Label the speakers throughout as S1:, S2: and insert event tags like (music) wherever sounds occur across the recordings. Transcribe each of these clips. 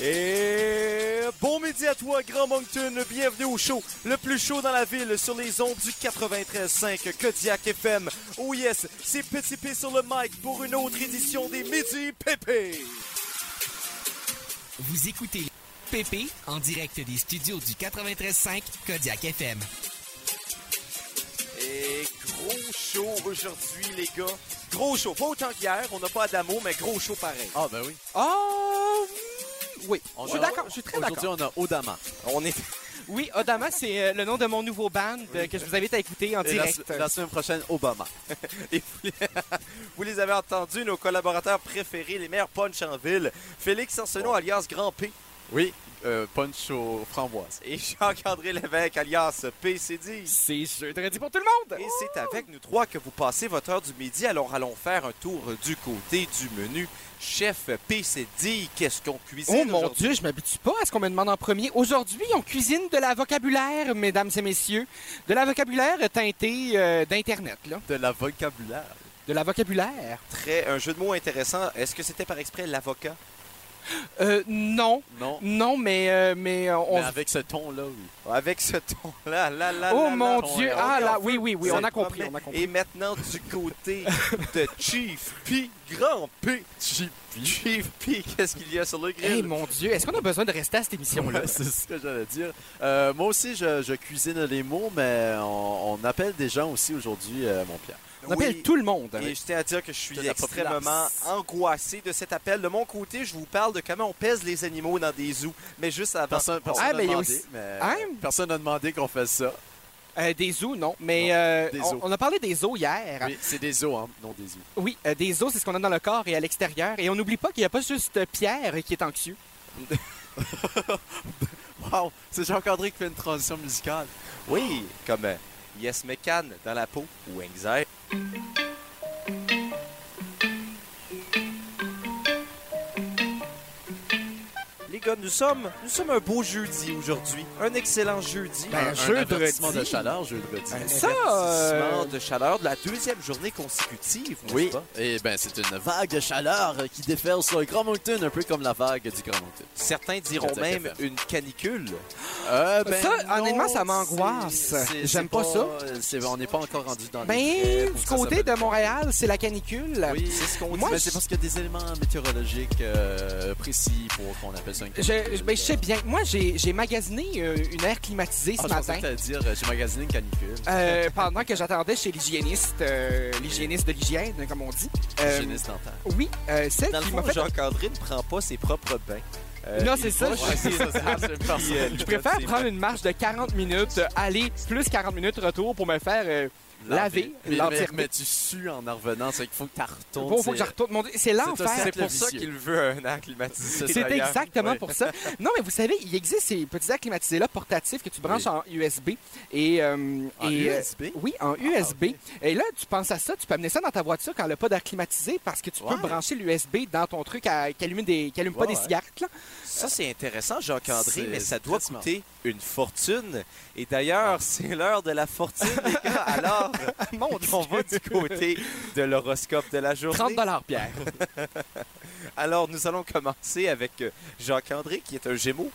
S1: Et bon midi à toi, Grand Moncton. Bienvenue au show, le plus chaud dans la ville, sur les ondes du 93.5 Kodiak FM. Oh yes, c'est Petit P sur le mic pour une autre édition des Midi Pépé.
S2: Vous écoutez PP en direct des studios du 93.5 Kodiak FM.
S1: Et gros show aujourd'hui, les gars. Gros show. Pas autant qu'hier, on n'a pas d'amour, mais gros show pareil.
S3: Ah, ben oui.
S4: Ah, oui, je suis
S3: a-
S4: d'accord, je suis très
S3: Aujourd'hui,
S4: Ah, d'accord.
S3: on a Odama.
S1: On est
S4: Oui, Odama, c'est euh, le nom de mon nouveau band euh, que je vous invite à écouter en
S3: Et la,
S4: direct.
S3: se- la semaine prochaine, Obama.
S1: (laughs) Et vous (laughs) les, vous les avez entendus, nos collaborateurs préférés, les meilleurs punch en ville. Félix Arsenault, alias Grand P,
S3: Oui, euh, punch aux framboises.
S1: et Jacques-André Lévesque, alias PCD.
S4: C'est jeudi pour tout le monde! Oh
S1: Et c'est avec nous trois que vous passez votre heure du midi. Alors, allons faire un tour du côté du menu. Chef PCD, qu'est-ce qu'on cuisine
S4: Oh mon
S1: aujourd'hui?
S4: Dieu, je m'habitue pas à ce qu'on me demande en premier. Aujourd'hui, on cuisine de la vocabulaire, mesdames et messieurs. De la vocabulaire teintée euh, d'Internet, là.
S3: De la vocabulaire.
S4: De la vocabulaire.
S1: Très, un jeu de mots intéressant. Est-ce que c'était par exprès l'avocat?
S4: Euh, non.
S3: Non.
S4: Non, mais, euh, mais euh, on...
S3: Mais avec ce ton-là, oui.
S1: Avec ce ton-là, là, là,
S4: oh
S1: là,
S4: mon
S1: là, on-
S4: Dieu!
S1: on-
S4: Ah
S1: on-
S4: là, oui, oui, oui,
S1: Ça
S4: on a
S1: promet.
S4: compris, on a compris.
S1: Et maintenant, du côté de Chief P, Grand P. Chief P, qu'est-ce qu'il y a sur le
S4: Eh
S1: grill?
S4: mon Dieu, est-ce qu'on a besoin de rester à cette émission-là?
S3: (laughs) Ouais, c'est ce que j'allais dire. Euh, moi aussi, je, je cuisine les mots, mais on, on appelle des gens aussi aujourd'hui, euh, mon Pierre.
S4: On appelle
S1: Oui.
S4: tout le monde.
S1: Et je tiens à dire que je
S3: De
S1: suis
S3: la
S1: extrêmement
S3: populace.
S1: angoissé de cet appel. De mon côté, je vous parle de comment on pèse les animaux dans des zoos. Mais juste avant,
S3: Personne personne
S4: Ah,
S3: n'a
S4: mais il y a
S3: demandé,
S4: aussi-
S3: mais euh,
S4: Hein?
S3: personne n'a demandé qu'on fasse ça.
S4: Euh, des zoos, non. Mais euh,
S3: des
S4: on-
S3: zoos.
S4: On, a parlé des zoos hier. Oui,
S3: Oui, c'est des os, hein, non des os.
S4: euh, des os, c'est ce qu'on a dans le corps et à l'extérieur. Et on n'oublie pas qu'il n'y a pas juste euh, Pierre qui est anxieux.
S3: Wow, c'est Jean-Candré qui fait une transition musicale.
S1: oui, comme euh, Yes Mecan dans la peau ou Anxiety. Les gars, nous sommes, nous sommes un beau jeudi aujourd'hui. Un excellent jeudi.
S4: Ben,
S3: Un-
S4: jeudi.
S3: Un avertissement de chaleur, jeudi.
S4: Un
S1: Ça,
S4: Ça,
S1: euh...
S4: euh,
S1: de chaleur de la deuxième journée consécutive, n'est-ce
S3: Oui,
S1: pas?
S3: et ben c'est une vague de chaleur euh, qui déferle sur le Grand Moncton, un peu comme la vague du Grand Moncton.
S1: Certains diront
S3: Kodiak
S1: même une canicule.
S3: Euh, ben
S4: Ça,
S3: non,
S4: honnêtement, ça
S3: c'est-
S4: m'angoisse.
S3: c'est-
S4: J'aime
S3: c'est
S4: pas ça.
S3: euh, c'est- on n'est pas encore rendu dans les
S1: Euh,
S4: Ben,
S3: frais pour
S4: du
S3: que ça
S4: côté de
S3: s'appelle.
S4: Montréal, c'est la canicule.
S3: Oui, c'est ce qu'on dit,
S4: Moi,
S3: mais
S4: je-
S3: c'est parce qu'il y a des éléments météorologiques euh, précis pour qu'on appelle ça une
S4: Je, je- ben, je sais bien. Moi, j'ai j'ai magasiné euh, une aire climatisée ce
S3: Ah, je pensais
S4: matin.
S3: que t'allais dire, euh, j'ai magasiné une canicule.
S4: euh, pendant que j'attendais chez l'hygiéniste, euh, l'hygiéniste de l'hygiène, comme on dit. Euh,
S3: Hygiéniste dentaire.
S4: oui, euh, celle
S1: Dans le
S4: qui m'a
S1: fond,
S4: fait.
S1: Jacques-André ne prend pas ses propres bains. Euh,
S4: Non,
S1: il
S4: c'est ça,
S1: va
S4: je- euh,
S1: chez ses sages personnes.
S4: Je préfère prendre une marche de 40 minutes, euh, aller plus 40 minutes retour pour me faire euh, laver
S3: Mais- mais, mais,
S4: l'entièreté.
S3: tu sues en en revenant, c'est qu'il faut que t'as retournes.
S4: Bon, faut que je
S3: c'est-
S4: retourne mon Dieu, C'est
S3: un
S4: l'enfer.
S1: C'est pour ça
S3: vicieux.
S1: qu'il veut un air climatisé.
S4: C'est
S1: d'ailleurs.
S4: exactement
S1: Oui.
S4: pour ça. Non, mais vous savez, il existe ces petits airs climatisés-là portatifs que tu branches en USB. Et, euh,
S3: En
S4: et, euh,
S3: USB?
S4: oui, en USB. Et là, tu penses à ça, tu peux amener ça dans ta voiture quand elle n'a pas d'air climatisé parce que tu
S3: Ouais.
S4: peux brancher l'USB dans ton truc à- qui allume, des, qui allume pas
S3: Ouais,
S4: des
S3: ouais.
S4: cigarettes. là.
S1: Ça, c'est intéressant, Jacques-André,
S3: C'est-
S1: mais ça
S3: c'est
S1: doit
S3: très smart.
S1: coûter une fortune. Et d'ailleurs, c'est l'heure de la fortune, les gars.
S4: (laughs)
S1: Alors,
S4: Mon Dieu.
S1: on va du (laughs) côté de l'horoscope de la journée.
S4: 30 Pierre.
S1: Alors, nous allons commencer avec euh, Jacques-André, qui est un gémeau,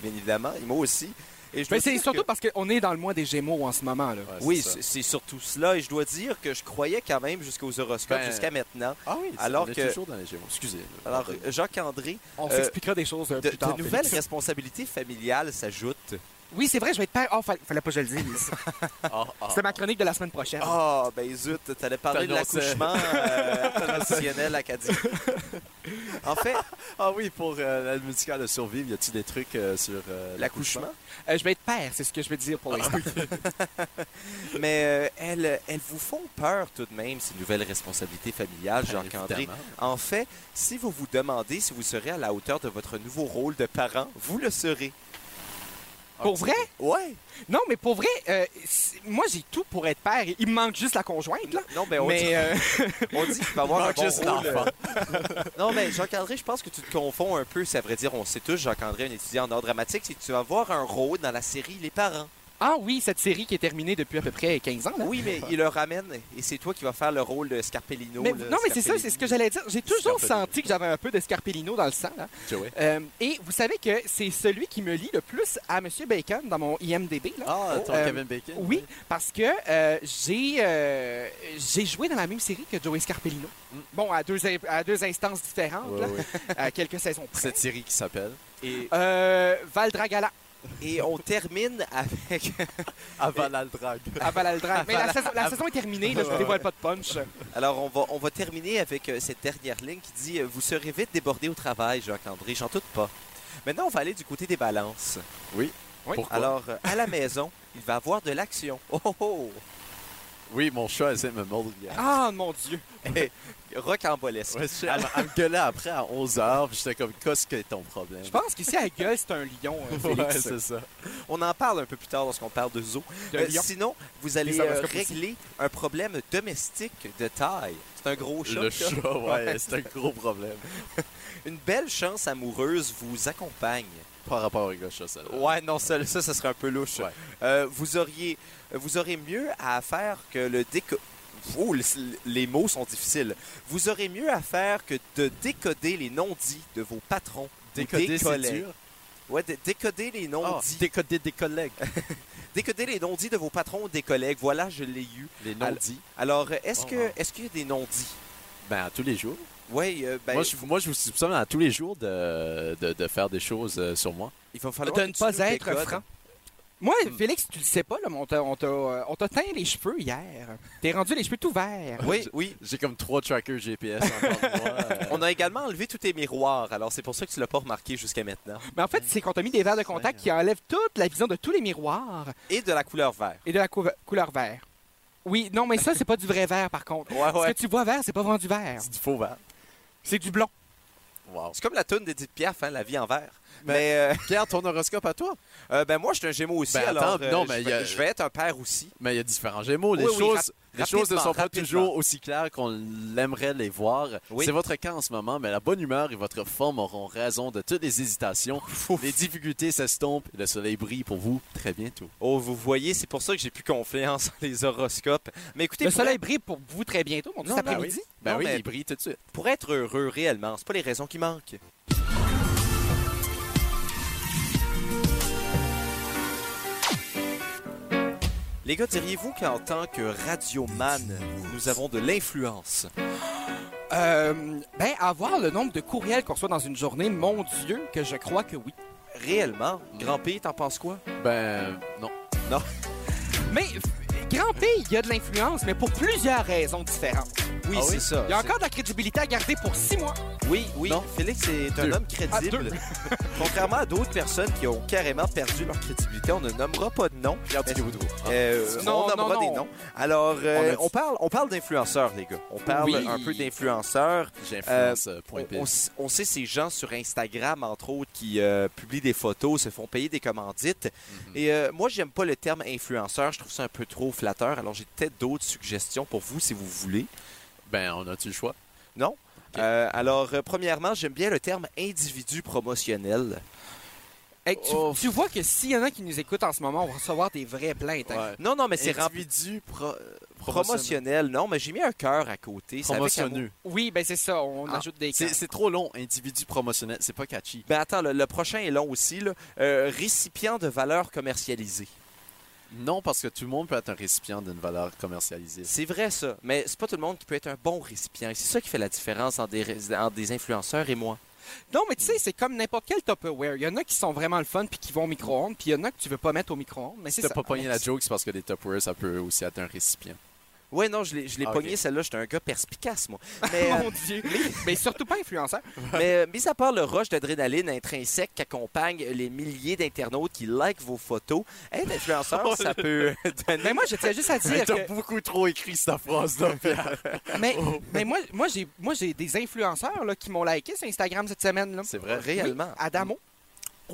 S1: bien évidemment, et moi aussi. Et je dois
S4: (laughs) Mais Ben, c'est
S1: dire
S4: surtout
S1: que-
S4: parce qu'on est dans le mois des Gémeaux en ce moment. Là.
S3: Ouais, Ah, c'est
S1: Oui,
S3: ça.
S1: c'est c'est surtout cela, et je dois dire que je croyais quand même jusqu'aux horoscopes,
S3: Ben,
S1: jusqu'à maintenant.
S3: Ah oui,
S1: Alors
S3: alors
S1: que-
S3: que... euh, toujours dans les Gémeaux. Ah, Excusez.
S1: Alors,
S3: Pardon.
S1: Jacques-André,
S4: On
S1: Euh,
S4: s'expliquera des choses euh,
S1: de,
S4: plus tard.
S1: de nouvelles
S4: Félix.
S1: responsabilités familiales s'ajoutent.
S4: Oui, c'est vrai, je vais être père. Oh, fallait, fallait pas que je le dise.
S3: Ah, ah.
S4: C'était ma chronique de la semaine prochaine.
S1: Ah, ben zut, t'allais parler de
S3: T'annonçais.
S1: l'accouchement
S3: (laughs)
S1: euh, traditionnel acadien. En fait,
S3: Ah oui, pour euh, l'aide médicale de survivre, y a-t-il des trucs euh, sur euh,
S1: l'accouchement,
S4: Euh, je vais être père, c'est ce que je veux dire
S3: Ah,
S4: pour l'instant.
S1: mais euh, elles, elles vous font peur tout de même, ces nouvelles responsabilités familiales,
S3: Bien
S1: Jacques-André.
S3: Ben, Ah, évidemment.
S1: En fait, si vous vous demandez si vous serez à la hauteur de votre nouveau rôle de parent, vous le serez.
S4: Ah,
S3: Ah,
S4: Pour vrai?
S1: Ouais.
S4: Non, mais pour vrai, euh, c'est- moi, j'ai tout pour être père. Il me manque juste la conjointe, là.
S1: Non, ben on dit,
S4: mais euh, (laughs)
S1: on dit qu'il va avoir un
S3: manque
S1: bon
S3: juste
S1: rôle.
S3: l'enfant.
S1: euh. non, mais Jacques-André, je pense que tu te confonds un peu. C'est à vrai dire, on sait tous, Jacques-André, un étudiant en art dramatique, c'est que tu vas avoir un rôle dans la série Les Parents.
S4: Ah oui, cette série qui est terminée depuis à peu près 15 ans. là.
S1: Oui, mais il le ramène et c'est toi qui vas faire le rôle de Scarpellino.
S4: Mais-
S1: là,
S4: non, mais c'est ça,
S1: Scarpellini.
S4: c'est ce que j'allais dire. J'ai toujours
S3: oh, Scarpellino.
S4: senti que j'avais un peu d'escarpellino dans le sang. là. Euh, et vous savez que c'est celui qui me lie le plus à M. Bacon dans mon IMDB. là.
S3: Ah, ton
S4: Euh,
S3: Kevin Bacon.
S4: Oui, parce que euh, j'ai euh, j'ai joué dans la même série que Joey Scarpellino. Bon, à deux, in- à deux instances différentes,
S3: Mm. Ouais,
S4: là,
S3: (laughs) ouais.
S4: (laughs) à quelques saisons près.
S3: Cette série qui s'appelle
S1: Et,
S4: Euh, Valdragala
S1: et on termine avec. (laughs)
S3: Avalal Drag.
S4: à Valaldrag. Ah, Mais la saison, la saison est terminée, là, je ne dévoile pas de punch.
S1: Alors, on va, on va terminer avec euh, cette dernière ligne qui dit euh, Vous serez vite débordé au travail, Jacques-André, j'en doute pas. Maintenant, on va aller du côté des balances.
S4: Oui.
S3: Pourquoi?
S1: Alors, euh, à la maison, (laughs) il va avoir de l'action. Oh, oh, oh.
S3: Oui, mon chat essaie de me mordre.
S4: Ah, mon Dieu.
S1: Rocambolesque.
S3: Ouais, je sais, elle, elle me gueulait après à 11h, puis j'étais comme, qu'est-ce que est ton problème?
S4: Je pense qu'ici, à gueule, c'est un lion, euh,
S3: Ouais,
S4: Félix.
S3: c'est ça.
S1: On en parle un peu plus tard lorsqu'on parle de zoo.
S4: De
S1: Euh,
S4: lion.
S1: sinon, vous allez
S4: Les
S1: euh,
S4: horoscopes aussi.
S1: régler un problème domestique de taille. C'est un gros choc.
S3: Le
S1: là.
S3: chat, ouais, c'est un gros problème.
S1: Une belle chance amoureuse vous accompagne.
S3: Par rapport au gars chat, ça.
S1: Ouais, non, ça, ça, ça serait un peu louche.
S3: Ouais.
S1: Euh, vous, auriez, vous aurez mieux à faire que le déco... Oh, le- les mots sont difficiles. Vous aurez mieux à faire que de décoder les non-dits de vos patrons. ou des
S3: Décoder, c'est
S1: collègues.
S3: dur.
S1: Ouais, dé- décoder les
S3: Ah,
S1: non-dits.
S3: décoder des collègues.
S1: (laughs) Décoder les non-dits de vos patrons ou des collègues. Voilà, je l'ai eu.
S3: Les non-dits.
S1: Alors, est-ce
S3: Oh,
S1: que
S3: wow.
S1: est-ce qu'il y a des non-dits?
S3: Ben, à tous les jours.
S1: Oui, ben,
S3: moi, je, moi, je vous soupçonne à tous les jours de, de, de faire des choses euh, sur moi.
S1: il va falloir
S4: De
S1: que
S4: ne
S1: tu
S4: pas
S1: nous
S4: être
S1: décodes.
S4: franc. Moi, Félix, tu le sais pas, là, mais on t'a- on t'a euh, on t'a teint les cheveux hier. T'es rendu les cheveux tout verts.
S3: (laughs)
S1: Oui, oui.
S3: J'ai comme trois trackers GPS encore de
S1: (laughs)
S3: moi. euh,
S1: On a également enlevé tous tes miroirs, alors c'est pour ça que tu l'as pas remarqué jusqu'à maintenant.
S4: Mais en fait, c'est qu'on t'a mis des verres de contact qui enlèvent toute la vision de tous les miroirs
S1: Et de la couleur vert.
S4: et de la couve- couleur vert. Oui, non, mais ça, c'est pas du vrai vert, par contre.
S1: Ouais,
S4: Ce que tu vois vert, c'est pas vraiment du vert.
S3: C'est du faux vert.
S4: C'est du blond.
S3: Wow.
S1: C'est comme la toune d'Edith Piaf, hein, La vie en vert.
S3: Mais-
S1: Mais euh,
S3: Pierre, ton horoscope à toi.
S1: euh, ben moi, je suis un gémeau aussi,
S3: Ben,
S1: alors
S3: attends,
S1: euh,
S3: non,
S1: je,
S3: mais
S1: vais,
S3: il y a-
S1: je vais être un père aussi.
S3: Mais il y a différents Gémeaux. Les
S1: Oui, oui,
S3: choses, les
S1: rap-
S3: choses ne sont pas
S1: rapidement,
S3: toujours
S1: rapidement.
S3: aussi claires qu'on l'aimerait les voir.
S1: Oui.
S3: C'est votre cas en ce moment, mais la bonne humeur et votre forme auront raison de toutes les hésitations. les difficultés s'estompent. Le soleil brille pour vous très bientôt.
S1: Oh, vous voyez, c'est pour ça que j'ai plus confiance en les horoscopes. Mais écoutez,
S4: Le
S1: pour
S4: soleil brille pour vous très bientôt, mon Dieu,
S1: Non,
S4: cet
S1: ben
S4: après-midi.
S3: Ben
S1: Non,
S3: oui,
S1: mais-
S3: il brille tout de suite.
S1: être- pour être heureux réellement, c'est pas les raisons qui manquent. Les gars, diriez-vous qu'en tant que radioman, nous avons de l'influence?
S4: Euh, ben, à voir le nombre de courriels qu'on reçoit dans une journée, mon Dieu, que je crois que oui.
S1: Réellement? Grand P, t'en penses quoi?
S3: Ben, non.
S4: Mais f- Grand P, il y a de l'influence, mais pour plusieurs raisons différentes.
S1: Oui,
S3: Ah oui?
S1: c'est ça.
S4: Il y a encore de la crédibilité à garder pour six mois.
S1: Oui, oui.
S3: Non.
S1: Félix est un
S3: Deux.
S1: homme
S4: Ah, deux.
S1: crédible. (laughs) Contrairement à d'autres personnes qui ont carrément perdu leur crédibilité, on ne nommera pas de nom.
S3: Pierre
S1: Mais-
S3: Duboudreau.
S1: Euh,
S4: Non,
S1: on nommera
S4: non, non.
S1: des noms. Alors, euh,
S3: On a
S1: on, parle, on parle d'influenceurs, les gars. On parle
S4: Oui.
S1: un peu d'influenceurs.
S3: J'influence euh, point
S1: On,
S3: P.
S1: on s- on sait ces gens sur Instagram, entre autres, qui euh, publient des photos, se font payer des commandites.
S3: Mhm.
S1: Et euh, moi, j'aime pas le terme influenceur. Je trouve ça un peu trop flatteur. Alors, j'ai peut-être d'autres suggestions pour vous, si vous voulez.
S3: Ben, on a-tu le choix?
S1: Non. Euh, alors, euh, premièrement, j'aime bien le terme individu promotionnel.
S4: Hey, tu,
S3: Oh.
S4: tu vois que s'il y en a qui nous écoutent en ce moment, on va recevoir des vraies plaintes. hein.
S1: Non, non, mais c'est rempli.
S3: Individu pro- euh,
S1: Promotionnel, non, mais j'ai mis un cœur à côté. c'est avec amour.
S3: Promotionné.
S4: Oui, ben c'est ça, on
S1: Ah,
S4: ajoute des
S3: C'est
S4: cas.
S3: c'est trop long, individu promotionnel. C'est pas catchy.
S1: Ben attends, le, le prochain est long aussi. là. Euh, récipient de valeur commercialisée.
S3: Non, parce que tout le monde peut être un récipient d'une valeur commercialisée.
S1: C'est vrai ça, mais c'est pas tout le monde qui peut être un bon récipient. Et C'est ça qui fait la différence entre des, rés- entre des influenceurs et moi.
S4: Non, mais tu sais, c'est comme n'importe quel Tupperware. Il y en a qui sont vraiment le fun puis qui vont au micro-ondes, puis il y en a que tu veux pas mettre au micro-ondes, mais
S3: Si
S4: c'est
S3: t'as
S4: ça. (laughs)
S3: pas pogné la joke, c'est parce que les Tupperware, ça peut aussi être un récipient.
S1: Ouais, non, je l'ai je l'ai
S3: Ah, ok.
S1: pogné celle-là. J'étais un gars perspicace,
S3: (laughs)
S1: moi. Mais, euh,
S4: Mon Dieu. mais surtout pas influenceur.
S1: Mais euh, mis à part le rush d'adrénaline intrinsèque qui accompagne les milliers d'internautes qui likent vos photos, être
S3: (laughs)
S1: influenceur, ça peut euh, donner...
S4: Mais moi, je tiens juste à dire que...
S3: T'as beaucoup trop écrit cette
S4: (laughs)
S3: phrase-là, Pierre. (laughs)
S4: Mais, mais moi, moi j'ai moi j'ai des influenceurs là, qui m'ont liké sur Instagram cette semaine. Là.
S3: C'est vrai.
S1: Réellement.
S4: Oui, Adamo.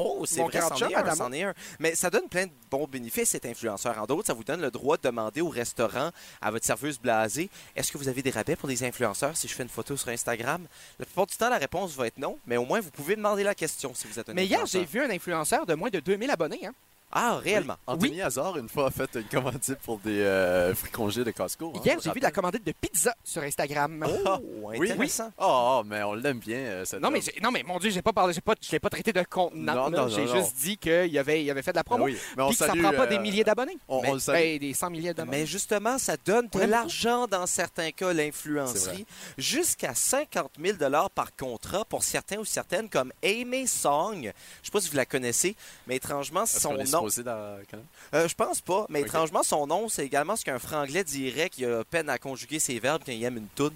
S1: Oh, c'est
S4: Mon
S1: vrai,
S4: grand
S1: c'en
S4: chum,
S1: est, un,
S4: Adamo.
S1: c'en est un. Mais ça donne plein de bons bénéfices, cet influenceur. En d'autres, ça vous donne le droit de demander au restaurant, à votre serveuse blasée, est-ce que vous avez des rabais pour des influenceurs si je fais une photo sur Instagram? La plupart du temps, la réponse va être non, mais au moins, vous pouvez demander la question si vous êtes un
S4: Mais hier, j'ai
S1: influenceur.
S4: vu un influenceur de moins de 2000 abonnés. Hein.
S1: Ah, réellement?
S3: Anthony Hazard, une fois, a fait une commandite pour des euh, fruits congelés de Costco. hein,
S4: Hier, j'ai vu
S3: je
S4: de
S3: rappelle.
S4: la commandite de pizza sur Instagram.
S1: Oh,
S3: Oui,
S1: intéressant.
S3: Oh, oh, mais on l'aime bien, euh, cette
S4: Non mais,
S3: homme.
S4: j'ai- non, mais mon Dieu, j'ai pas parlé, j'ai pas, je l'ai pas traité de contenant.
S3: Non,
S4: là.
S3: non,
S4: J'ai
S3: non, non.
S4: juste dit qu'il avait, il avait fait de la promo.
S3: Ben oui, mais on
S4: Puis que ça
S3: salue,
S4: prend pas
S3: euh,
S4: des milliers d'abonnés.
S3: on-
S4: Mais-
S3: on le salue.
S4: ben, des cent milliers d'abonnés.
S1: Mais justement, ça donne de
S4: aime
S1: l'argent dans certains cas,
S3: C'est vrai.
S1: l'influencerie. Jusqu'à 50 000 par contrat pour certains ou certaines, comme Amy Song. Je sais pas si vous la connaissez, mais étrangement,
S3: Est-ce
S1: son
S3: qu'on est
S1: nom.
S3: supposé dans- quand même?
S4: (laughs)
S1: Euh, je pense pas, mais
S3: Ok.
S1: étrangement, son nom, c'est également ce qu'un franglais dirait qui a peine à conjuguer ses verbes quand il aime une toune.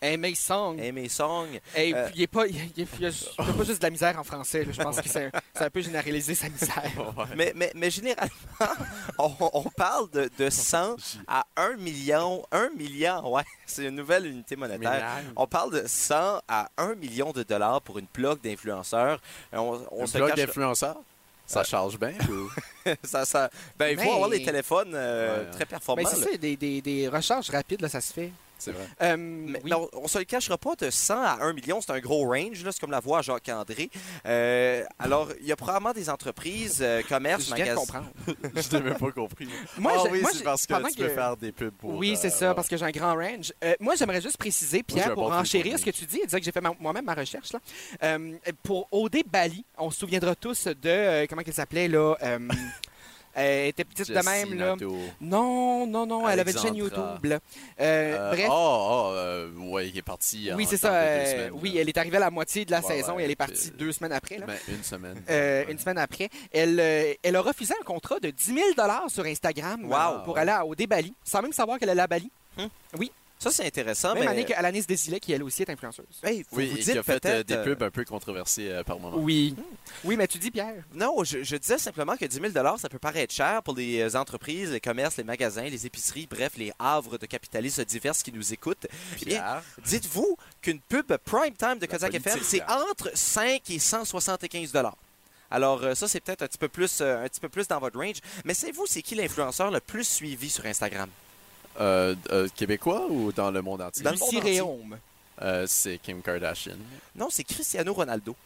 S4: Aimé Song.
S3: Eh,
S1: Amy Song.
S4: (laughs) Hey,
S1: Euh,
S4: puis il est pas, il y a- il y a- il y a- il y a pas juste de la misère en français. là. Je pense que c'est un- ça a un peu généralisé sa misère.
S1: Mais, mais, mais généralement, (laughs) on, on parle de, de
S4: (laughs)
S1: 100 à 1 million. 1 million, ouais, (laughs) c'est une nouvelle unité monétaire. On parle de 100 à 1 million de dollars pour une plaque d'influenceurs. Euh, On, on
S3: Un
S1: se
S3: blog
S1: cache-
S3: d'influenceurs? Ça charge bien? ou-
S1: (laughs) ça, ça- Ben, il faut
S4: Mais-
S1: avoir des téléphones euh,
S3: Ouais.
S1: très
S4: Mais
S1: performants.
S4: c'est
S1: là.
S4: ça, des, des, des recherches rapides, là, ça se fait.
S3: C'est vrai.
S4: Euh,
S1: Mais,
S4: oui.
S1: mais on, on se le cachera pas, de 100 à 1 million, c'est un gros range, là, c'est comme la voix à Jacques-André. Euh, alors, il y a probablement des entreprises, euh, commerces,
S4: je viens de
S1: magasins.
S4: comprendre.
S3: (laughs) Je n'ai même pas compris.
S4: Moi,
S3: ah
S4: j'ai-
S3: oui,
S4: moi,
S3: c'est
S4: j'ai-
S3: parce que
S4: pendant
S3: tu peux
S4: que-
S3: faire des pubs pour... euh,
S4: oui, c'est ça, parce que j'ai un grand range. Euh, moi, j'aimerais juste préciser,
S3: j'ai
S4: Pierre,
S3: un
S4: pour
S3: bon
S4: enchérir ce
S3: truc
S4: que tu dis, et dire que j'ai fait ma- moi-même ma recherche. Là. Euh, pour OD Bali, on se souviendra tous de. euh, comment qu'elle s'appelait, là euh,
S3: (laughs)
S4: Elle était petite de même, là. Euh, Non, non, non, elle avait une chaîne
S3: Alexandra.
S4: YouTube. là. Euh, bref.
S3: Oh, oh, euh, ouais, il est parti.
S4: Oui,
S3: en
S4: c'est
S3: temps de
S4: ça.
S3: deux
S4: euh,
S3: semaines,
S4: oui,
S3: là.
S4: elle est arrivée à la moitié de la
S3: Ouais,
S4: saison
S3: ouais,
S4: et elle est
S3: puis-
S4: partie deux semaines après. là.
S3: Ben, une semaine.
S4: Euh,
S3: Ouais.
S4: une semaine après, elle, euh, elle a refusé un contrat de 10 000 sur Instagram
S1: Wow,
S4: euh, pour
S3: ouais.
S4: aller à- au Débali, sans même savoir qu'elle allait à Bali.
S1: Ça, c'est
S3: Ah,
S1: intéressant,
S4: Même
S1: mais...
S4: année qu'Alanis Desilets, qui elle aussi est influenceuse.
S1: Hey, vous,
S3: Oui,
S1: vous
S3: et
S1: dites
S3: qui a fait euh,
S1: peut-être...
S3: des
S1: euh,
S3: pubs un peu controversées euh, par moment.
S4: Oui. Hmm. Oui, mais tu dis, Pierre.
S1: Non, je, je disais simplement que 10 000 ça peut paraître cher pour les euh, entreprises, les commerces, les magasins, les épiceries, bref, les havres de capitalistes diverses qui nous écoutent. Et
S3: Pierre,
S1: dites-vous qu'une pub prime time de Kodiak
S3: politique,
S1: FM, c'est
S3: là.
S1: entre 5 et 175 alors euh, ça c'est peut-être un petit peu plus euh, un petit peu plus dans votre range, mais c'est vous c'est qui l'influenceur le plus suivi sur Instagram
S3: euh, euh, québécois ou dans le monde entier?
S1: Dans le monde
S4: Lucie
S1: entier.
S4: Réaume.
S3: Euh, c'est Kim Kardashian.
S1: Non, c'est Cristiano Ronaldo.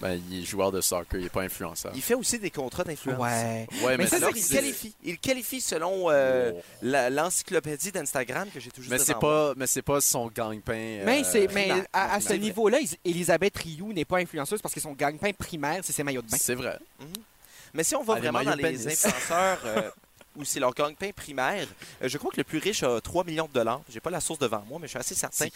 S3: Ben, il est joueur de soccer, il n'est pas influenceur.
S1: Il fait aussi des contrats d'influence.
S4: Ouais.
S3: Ouais,
S4: Mais ça,
S1: Alors,
S4: c'est-
S1: il
S3: c'est-
S1: qualifie, il qualifie selon euh,
S3: Oh.
S1: la- l'encyclopédie d'Instagram que j'ai toujours
S3: Mais c'est pas, mais c'est pas son gang-pain.
S4: Mais,
S3: euh,
S4: c'est, mais
S1: primaire,
S4: à, à
S1: primaire.
S4: ce niveau-là, Is- Elisabeth Rioux n'est pas influenceuse parce que son gagne-pain primaire, c'est ses maillots de bain.
S3: C'est vrai. (laughs)
S1: Mais si on va
S3: Ah, les
S1: vraiment dans
S3: maillots de
S1: les
S3: pénis.
S1: influenceurs
S3: (laughs)
S1: euh, où c'est leur gang-pain primaire, euh, je crois que le plus riche a 3 millions de dollars. J'ai pas la source devant moi, mais je suis assez certain.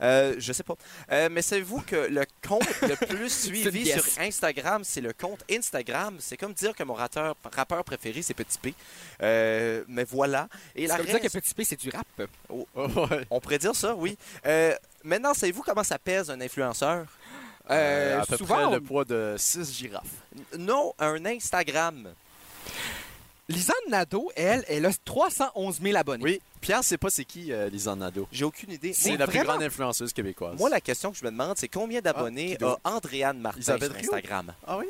S1: Euh, je sais pas. Euh, mais savez-vous que le compte le plus suivi
S4: C'est une
S1: sur
S4: guess.
S1: Instagram, c'est le compte Instagram. C'est comme dire que mon rappeur, rappeur préféré, c'est Petit P. Euh, mais voilà. Et la
S4: ça veut dire que
S1: raison-
S4: Petit P, c'est du rap. Euh,
S3: Oh, ouais.
S1: On pourrait dire ça, oui. Euh, maintenant, savez-vous comment ça pèse un influenceur?
S4: Euh,
S3: à peu
S4: souvent,
S3: près
S4: on-
S3: le poids de 6 girafes.
S1: N- Non, un Instagram.
S4: Lisanne Nadeau, elle, elle a 311 000 abonnés.
S3: Oui. Pierre, c'est pas c'est qui euh, Lisanne Nadeau.
S1: J'ai aucune idée.
S3: C'est
S1: Moi,
S3: la plus
S4: vraiment?
S3: grande influenceuse québécoise.
S1: moi, la question que je me demande, c'est combien d'abonnés
S3: qui doit-
S1: a Andréane Martin
S3: Isabelle
S1: sur
S3: Rioux?
S1: Instagram?
S3: Ah oui?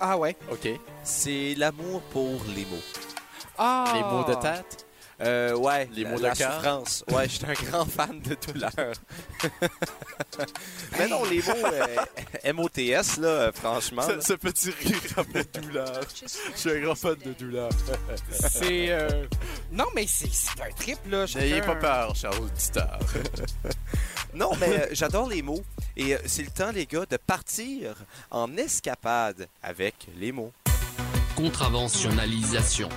S4: Ah ouais.
S3: OK.
S1: C'est l'amour pour les mots.
S4: Ah.
S3: Les mots de tête.
S1: Euh, ouais,
S3: Les
S1: la-
S3: mots de
S1: la
S3: cœur.
S1: souffrance. Ouais, je suis un grand fan de douleur. Mais non, les mots euh, MOTS, là, euh,
S4: Ah.
S1: franchement. là.
S3: Ce, ce petit rire avec douleur. Je suis un grand fan de douleur.
S4: C'est. euh, Non, mais c'est, c'est un trip, là.
S3: N'ayez
S4: Chacun-
S3: pas peur, chers auditeurs.
S1: Non, mais euh, j'adore les mots. Et euh, c'est le temps, les gars, de partir en escapade avec les mots.
S5: Contraventionnalisation.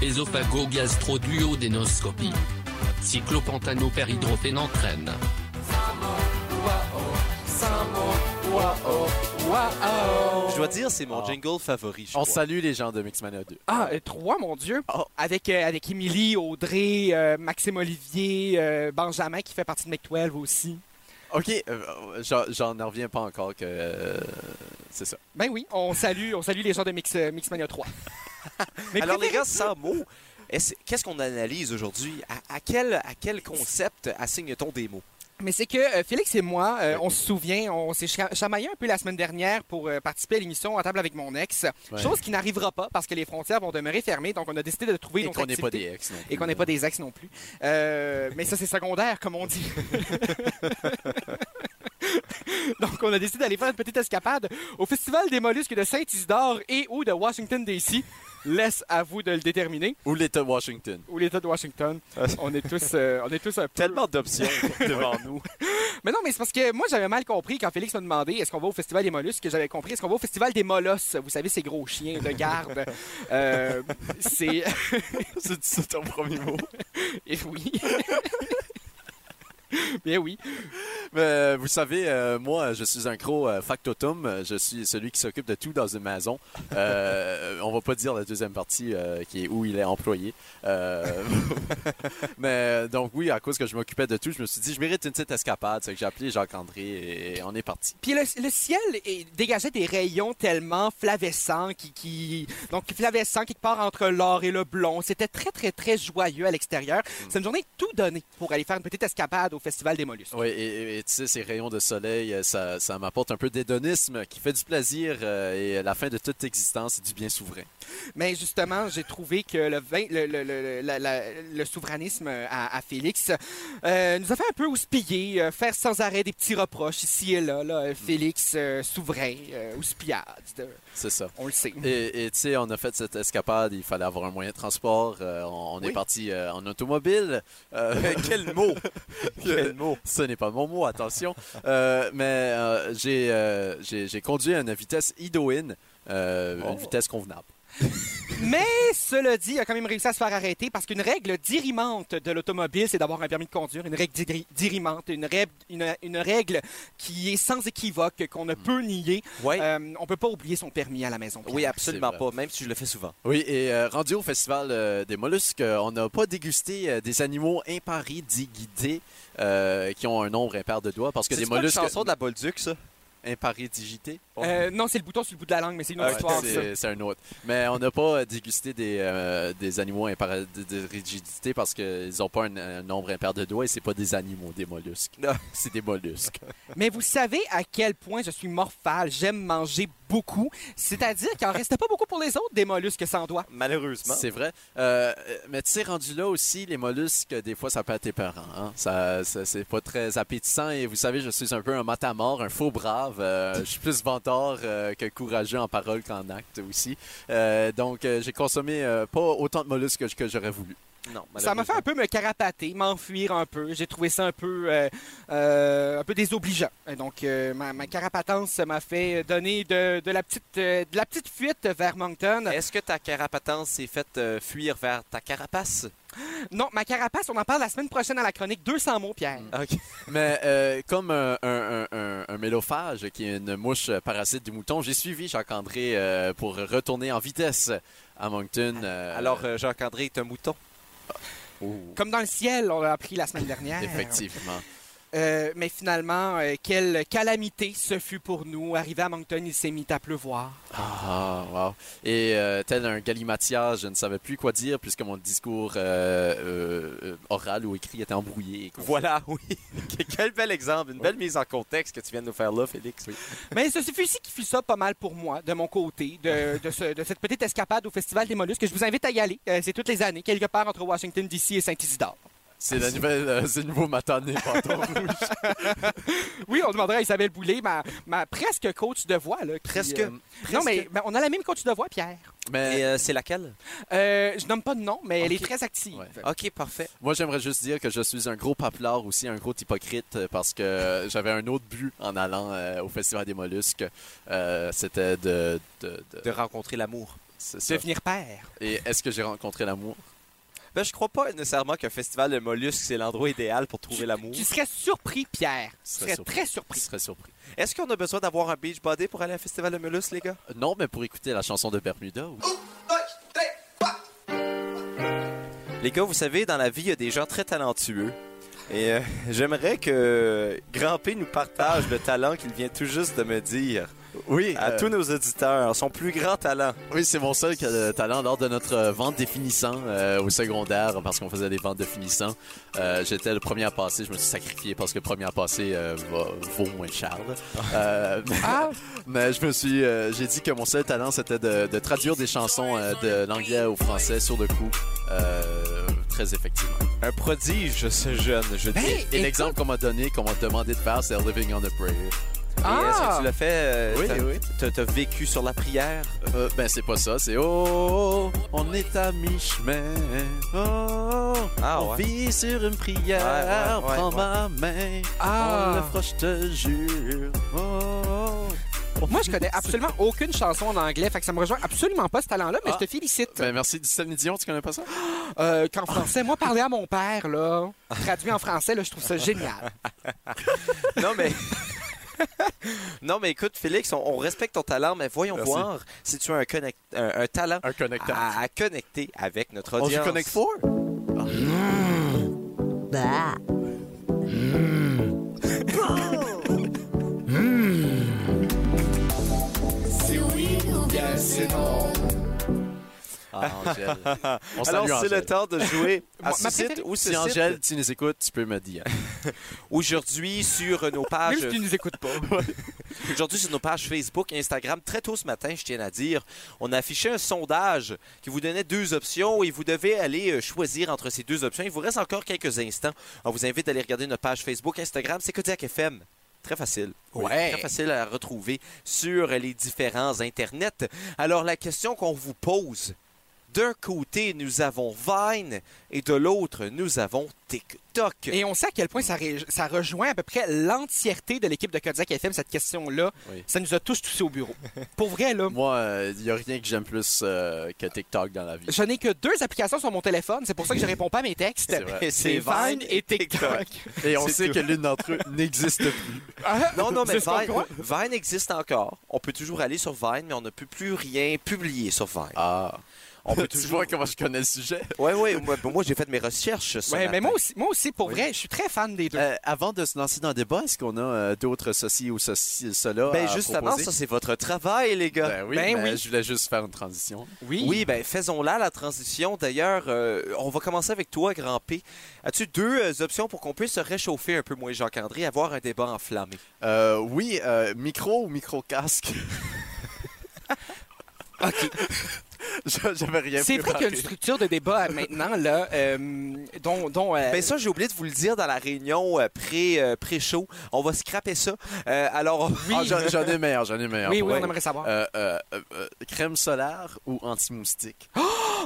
S5: Ésophago-gastro-duodénoscopie. Cyclopantanopéridrophénantraine.
S1: Je dois dire, c'est mon
S3: Ah.
S1: jingle favori. je
S3: On
S1: crois.
S3: salue les gens de Mixmania 2.
S4: Ah, euh, trois, mon Dieu.
S1: Oh.
S4: Avec, euh, avec Émilie, Audrey, euh, Maxime Olivier, euh, Benjamin qui fait partie de Make 12 aussi.
S3: OK, euh, j'en- j'en reviens pas encore que... euh, c'est ça.
S4: Ben oui, on salue, on salue les gens de Mix, euh, Mixmania
S3: (laughs)
S4: 3. Mais
S1: Alors, les
S4: préférez-
S1: gars, sans mots, est-ce- qu'est-ce qu'on analyse aujourd'hui? À, à quel, à quel concept assigne-t-on des mots?
S4: Mais c'est que euh, Félix et moi, euh, on se souvient, on s'est cha- chamaillé un peu la semaine dernière pour euh, participer à l'émission En table avec mon ex.
S3: Ouais.
S4: Chose qui n'arrivera pas parce que les frontières vont demeurer fermées. Donc, on a décidé de trouver
S3: Et
S4: notre
S3: qu'on n'est pas
S4: activité.
S3: des ex. non
S4: Et qu'on
S3: plus,
S4: n'est pas des ex non plus. Euh, mais ça, c'est secondaire, comme on dit. (laughs) Donc, on a décidé d'aller faire une petite escapade au Festival des mollusques de Saint-Isidore et ou de Washington, D.C. Laisse à vous de le déterminer.
S3: Ou l'État de Washington.
S4: Ou l'État de Washington. On est tous, euh, on est tous un peu...
S1: (laughs)
S3: Tellement d'options devant nous.
S4: Mais non, mais c'est parce que moi, j'avais mal compris quand Félix m'a demandé est-ce qu'on va au Festival des mollusques, que j'avais compris est-ce qu'on va au Festival des molosses. Vous savez, ces gros chiens de
S3: (laughs)
S4: garde. Euh, c'est...
S3: C'est c'est ton
S4: (laughs)
S3: premier mot.
S4: Et oui. (laughs) Bien oui.
S3: Mais, euh, vous savez, euh, moi, je suis un gros euh, factotum. Euh, Je suis celui qui s'occupe de tout dans une maison. Euh, on va pas dire la deuxième partie euh, qui est où il est employé. Euh, (laughs) mais euh, donc oui, à cause que je m'occupais de tout, je me suis dit, je mérite une petite escapade. C'est que j'ai appelé Jacques-André et on est parti.
S4: Puis le, le ciel est- dégageait des rayons tellement flavescents qui, qui donc flavescents qui part entre l'or et le blond. C'était très très très joyeux à l'extérieur.
S3: Mm.
S4: C'est une journée tout donnée pour aller faire une petite escapade au festival des mollusques.
S3: Oui, et et- et tu sais, ces rayons de soleil, euh, ça, ça m'apporte un peu d'hédonisme qui fait du plaisir euh, et la fin de toute existence et du bien souverain.
S4: Mais justement, j'ai trouvé que le, vin- le, le, le- la- la- le souverainisme à, à Félix euh, nous a fait un peu houspiller, euh, faire sans arrêt des petits reproches ici et là. là. Euh, Félix, euh, souverain, euh, houspillade, euh,
S3: C'est ça.
S4: on le sait.
S3: Et et, tu sais, on a fait cette escapade, il fallait avoir un moyen de transport. euh, on on est
S4: Oui.
S3: parti euh, en automobile. Euh, (laughs) quel mot! quel mot! Ce n'est pas mon mot, attention. Euh, mais euh, j'ai, euh, j'ai, j'ai conduit à une vitesse idoine, euh,
S1: Oh.
S3: une vitesse convenable.
S4: Mais cela dit, il a quand même réussi à se faire arrêter parce qu'une règle dirimante de l'automobile, c'est d'avoir un permis de conduire, une règle diri- dirimante, une, règle- une- une règle qui est sans équivoque, qu'on ne peut nier.
S1: Ouais.
S4: Euh, on peut pas oublier son permis à la maison. Pierre.
S1: oui, absolument
S3: c'est
S1: pas, même si je le fais souvent.
S3: Oui, et euh, rendu au Festival euh, des mollusques, euh, on n'a pas dégusté euh, des animaux imparis digidés euh, qui ont un nombre impair de doigts parce que
S1: C'est
S3: des
S1: pas une
S3: mollusques
S1: chanson de la Bolduc, ça?
S3: imparis digités.
S4: Euh, non, c'est le bouton sur le bout de la langue, mais c'est une autre
S3: Ah Ouais,
S4: histoire. Ah, ça.
S3: c'est- c'est un autre. Mais on n'a pas euh, dégusté des, euh, des animaux impar- de, de rigidité parce qu'ils n'ont pas un, un nombre impair de doigts et c'est pas des animaux, des mollusques.
S1: Non.
S3: (laughs) C'est des mollusques.
S4: Mais vous savez à quel point je suis morphale. J'aime manger beaucoup. C'est-à-dire qu'il en restait pas beaucoup pour les autres des mollusques sans doigts.
S1: Malheureusement.
S3: C'est vrai. Euh, mais tu sais, rendu là aussi, les mollusques, des fois, ça peut être épeurant. Hein? Ça, ça- c'est pas très appétissant. Et vous savez, je suis un peu un matamor, un faux brave. Euh, je suis plus vantard euh, que courageux en parole qu'en acte aussi. Euh, donc, euh, j'ai consommé euh, pas autant de mollusques que, que j'aurais voulu.
S1: Non,
S4: Ça m'a fait un peu me carapater, m'enfuir un peu. J'ai trouvé ça un peu, euh, euh, un peu désobligeant. Et Donc, euh, ma, ma carapatance m'a fait donner de, de la petite, euh, de la petite fuite vers Moncton.
S1: Est-ce que ta carapatence s'est faite euh, fuir vers ta carapace?
S4: Non, ma carapace, on en parle la semaine prochaine à la chronique 200 mots, Pierre.
S1: OK.
S3: Mais euh, comme un, un- un- un- un mélophage qui est une mouche parasite du mouton, j'ai suivi Jacques-André euh, pour retourner en vitesse à Moncton. euh,
S1: Alors, euh, Jacques-André est un mouton.
S3: oh,
S4: Comme dans le ciel, on l'a appris la semaine dernière.
S1: Ah.
S3: effectivement.
S4: Euh, mais finalement, euh, quelle calamité ce fut pour nous. Arrivé à Moncton, il s'est mis à pleuvoir.
S3: Ah, wow. Et euh, tel un galimatias, je ne savais plus quoi dire puisque mon discours euh, euh, euh, oral ou écrit était embrouillé. et confus.
S1: Voilà, oui. Quel bel exemple, une belle mise en contexte que tu viens de nous faire là, Félix.
S4: Mais ce fut ici qui fut ça pas mal pour moi, de mon côté, de, de ce- de cette petite escapade au Festival des mollusques que je vous invite à y aller. Euh, c'est toutes les années, quelque part entre Washington, D.C. et Saint-Isidore.
S3: C'est la nouvelle, euh, c'est le nouveau matin
S1: (laughs)
S3: pantalon rouge.
S4: Oui, on demandera à Isabelle Boulay, ma, ma presque coach de voix. Là, qui,
S1: Presque.
S4: euh, Non, mais ben, on a la même coach de voix, Pierre.
S3: Mais
S1: Et euh, c'est laquelle?
S4: Euh, je nomme pas de nom, mais elle est
S1: Ok.
S4: très active.
S3: Ouais.
S1: OK, parfait.
S3: Moi, j'aimerais juste dire que je suis un gros papelard aussi, un gros hypocrite, euh, parce que euh, j'avais un autre but en allant euh, au Festival des mollusques. Euh, C'était de... de- de-
S1: De rencontrer l'amour.
S3: c'est ça.
S4: Devenir père.
S3: Et est-ce que j'ai rencontré l'amour?
S1: Ben, je crois pas nécessairement qu'un festival de mollusques, c'est l'endroit idéal pour trouver l'amour.
S4: Tu serais surpris, Pierre. Tu
S3: Serais
S4: serais
S3: surpris.
S4: très
S3: Je
S4: surpris.
S3: serais surpris.
S1: Est-ce qu'on a besoin d'avoir un beach body pour aller à un festival de mollusques, les gars?
S3: Non, mais pour écouter la chanson de Bermuda, oui.
S1: Les gars, vous savez, dans la vie, il y a des gens très talentueux. Et (laughs) euh, j'aimerais que Grand P nous partage le talent qu'il vient tout juste de me dire.
S3: Oui,
S1: à
S3: euh,
S1: tous nos auditeurs, son plus grand talent.
S3: oui c'est mon seul euh, talent lors de notre euh, vente des finissants euh, au secondaire, parce qu'on faisait des ventes de finissants. Euh, J'étais le premier à passer, je me suis sacrifié parce que le premier à passer euh, va- vaut moins cher. là. Euh,
S4: Ah,
S3: (laughs) Mais je me suis, euh, j'ai dit que mon seul talent c'était de, de traduire des chansons euh, de l'anglais au français sur le coup, euh, très effectivement.
S1: Un prodige, ce jeune, je dis.
S4: hey,
S3: Et l'exemple qu'on m'a donné, qu'on m'a demandé de faire, c'est Living on a Prayer.
S1: Et est-ce que
S4: Ah,
S1: tu l'as fait? euh, t'as-
S3: oui.
S1: t'as- T'as vécu sur la prière?
S3: Euh, ben c'est pas ça, c'est oh, on est à mi-chemin, oh,
S1: Ah,
S3: on
S1: ouais.
S3: vit sur une
S1: Ouais,
S3: prière,
S1: ouais, ouais,
S3: prends
S1: ouais.
S3: ma main, on le
S4: ah.
S3: fera, je te jure, oh.
S4: Moi, je connais absolument aucune chanson en anglais, fait que ça me rejoint absolument pas ce talent-là, mais
S3: Ah.
S4: je te félicite.
S3: Ben merci, Sammy Dion, tu connais pas ça?
S4: Euh, Qu'en français, moi, parler à mon père, là, traduit en français, là, je trouve ça génial.
S1: Non, (laughs) mais. non, mais écoute, Félix, on, on respecte ton talent, mais voyons
S3: Merci.
S1: voir si tu as un, connect- un- un talent
S3: Un connecteur.
S1: à, à connecter avec notre
S3: Ah. on se
S1: audience.
S3: connecte fort? Ah, Angèle. On
S1: Alors,
S3: salue
S1: c'est
S3: Angèle.
S1: le temps de jouer à
S4: (laughs) Ma-
S1: ce
S4: ma
S1: site
S4: préférée.
S1: ou ce
S3: Si
S1: site
S3: Angèle, tu nous écoutes, tu peux me dire.
S1: aujourd'hui sur nos
S4: Même
S1: pages
S4: si tu nous écoutes pas.
S1: Aujourd'hui, sur nos pages Facebook et Instagram, très tôt ce matin, je tiens à dire, on a affiché un sondage qui vous donnait deux options et vous devez aller euh, choisir entre ces deux options. Il vous reste encore quelques instants. On vous invite à aller regarder notre page Facebook, Instagram, c'est Kodiak FM. Très facile.
S4: Ouais.
S1: Très facile à retrouver sur les différents internets. Alors, la question qu'on vous pose, d'un côté, nous avons Vine et de l'autre, nous avons TikTok.
S4: Et on sait à quel point ça, ré- ça rejoint à peu près l'entièreté de l'équipe de Kodiak FM, cette question-là.
S3: Oui.
S4: Ça nous a tous touchés au bureau. Pour vrai, là,
S3: Moi, il n'y a rien que j'aime plus euh, que TikTok dans la vie.
S4: je n'ai que deux applications sur mon téléphone, c'est pour ça que je réponds pas à mes textes.
S3: C'est
S1: (laughs)
S3: vrai.
S4: C'est Vine et TikTok. (laughs)
S3: Et on
S1: C'est
S3: sait
S1: tout.
S3: que l'une d'entre (laughs) eux n'existe plus.
S1: Non, non, mais
S4: Ah, C'est ce qu'on
S1: Vine,
S4: croit?
S1: Vine existe encore. On peut toujours aller sur Vine, mais on ne peut plus rien publier sur Vine.
S3: Ah.
S1: On (laughs) peut
S3: tu
S1: toujours.
S3: vois comment je connais le sujet.
S1: Oui, oui, moi, moi, j'ai fait mes recherches. ce
S4: Ouais,
S1: matin.
S4: mais moi aussi, moi aussi, pour
S1: Oui.
S4: vrai, je suis très fan des deux.
S3: Euh, avant de se lancer dans le débat, est-ce qu'on a euh, d'autres ceci ou ceci, cela
S1: Ben,
S3: à
S1: justement,
S3: proposer?
S1: ça, c'est votre travail, les gars.
S3: Ben oui,
S4: Ben
S3: mais
S4: oui.
S3: je voulais juste faire une transition.
S4: oui.
S1: oui, ben faisons-la, la transition. D'ailleurs, euh, on va commencer avec toi, Grand P. As-tu deux euh, options pour qu'on puisse se réchauffer un peu, moi et Jacques-André, avoir un débat enflammé?
S3: Euh, oui, euh, micro ou micro-casque?
S4: OK.
S3: (laughs) Je- J'avais rien
S4: C'est vrai qu'il y a une
S3: préparé.
S4: structure de débat euh, maintenant, là, euh, dont... dont, euh,
S1: Ben ça, j'ai oublié de vous le dire dans la réunion euh, pré, euh, pré-show. on va scraper ça. Euh, alors, on-
S4: oui,
S3: Ah, j'en- j'en ai meilleur, j'en ai meilleur.
S4: oui,
S3: pour
S4: oui, on
S3: vrai.
S4: aimerait savoir.
S3: Euh, euh, euh, euh, crème solaire ou anti-moustique?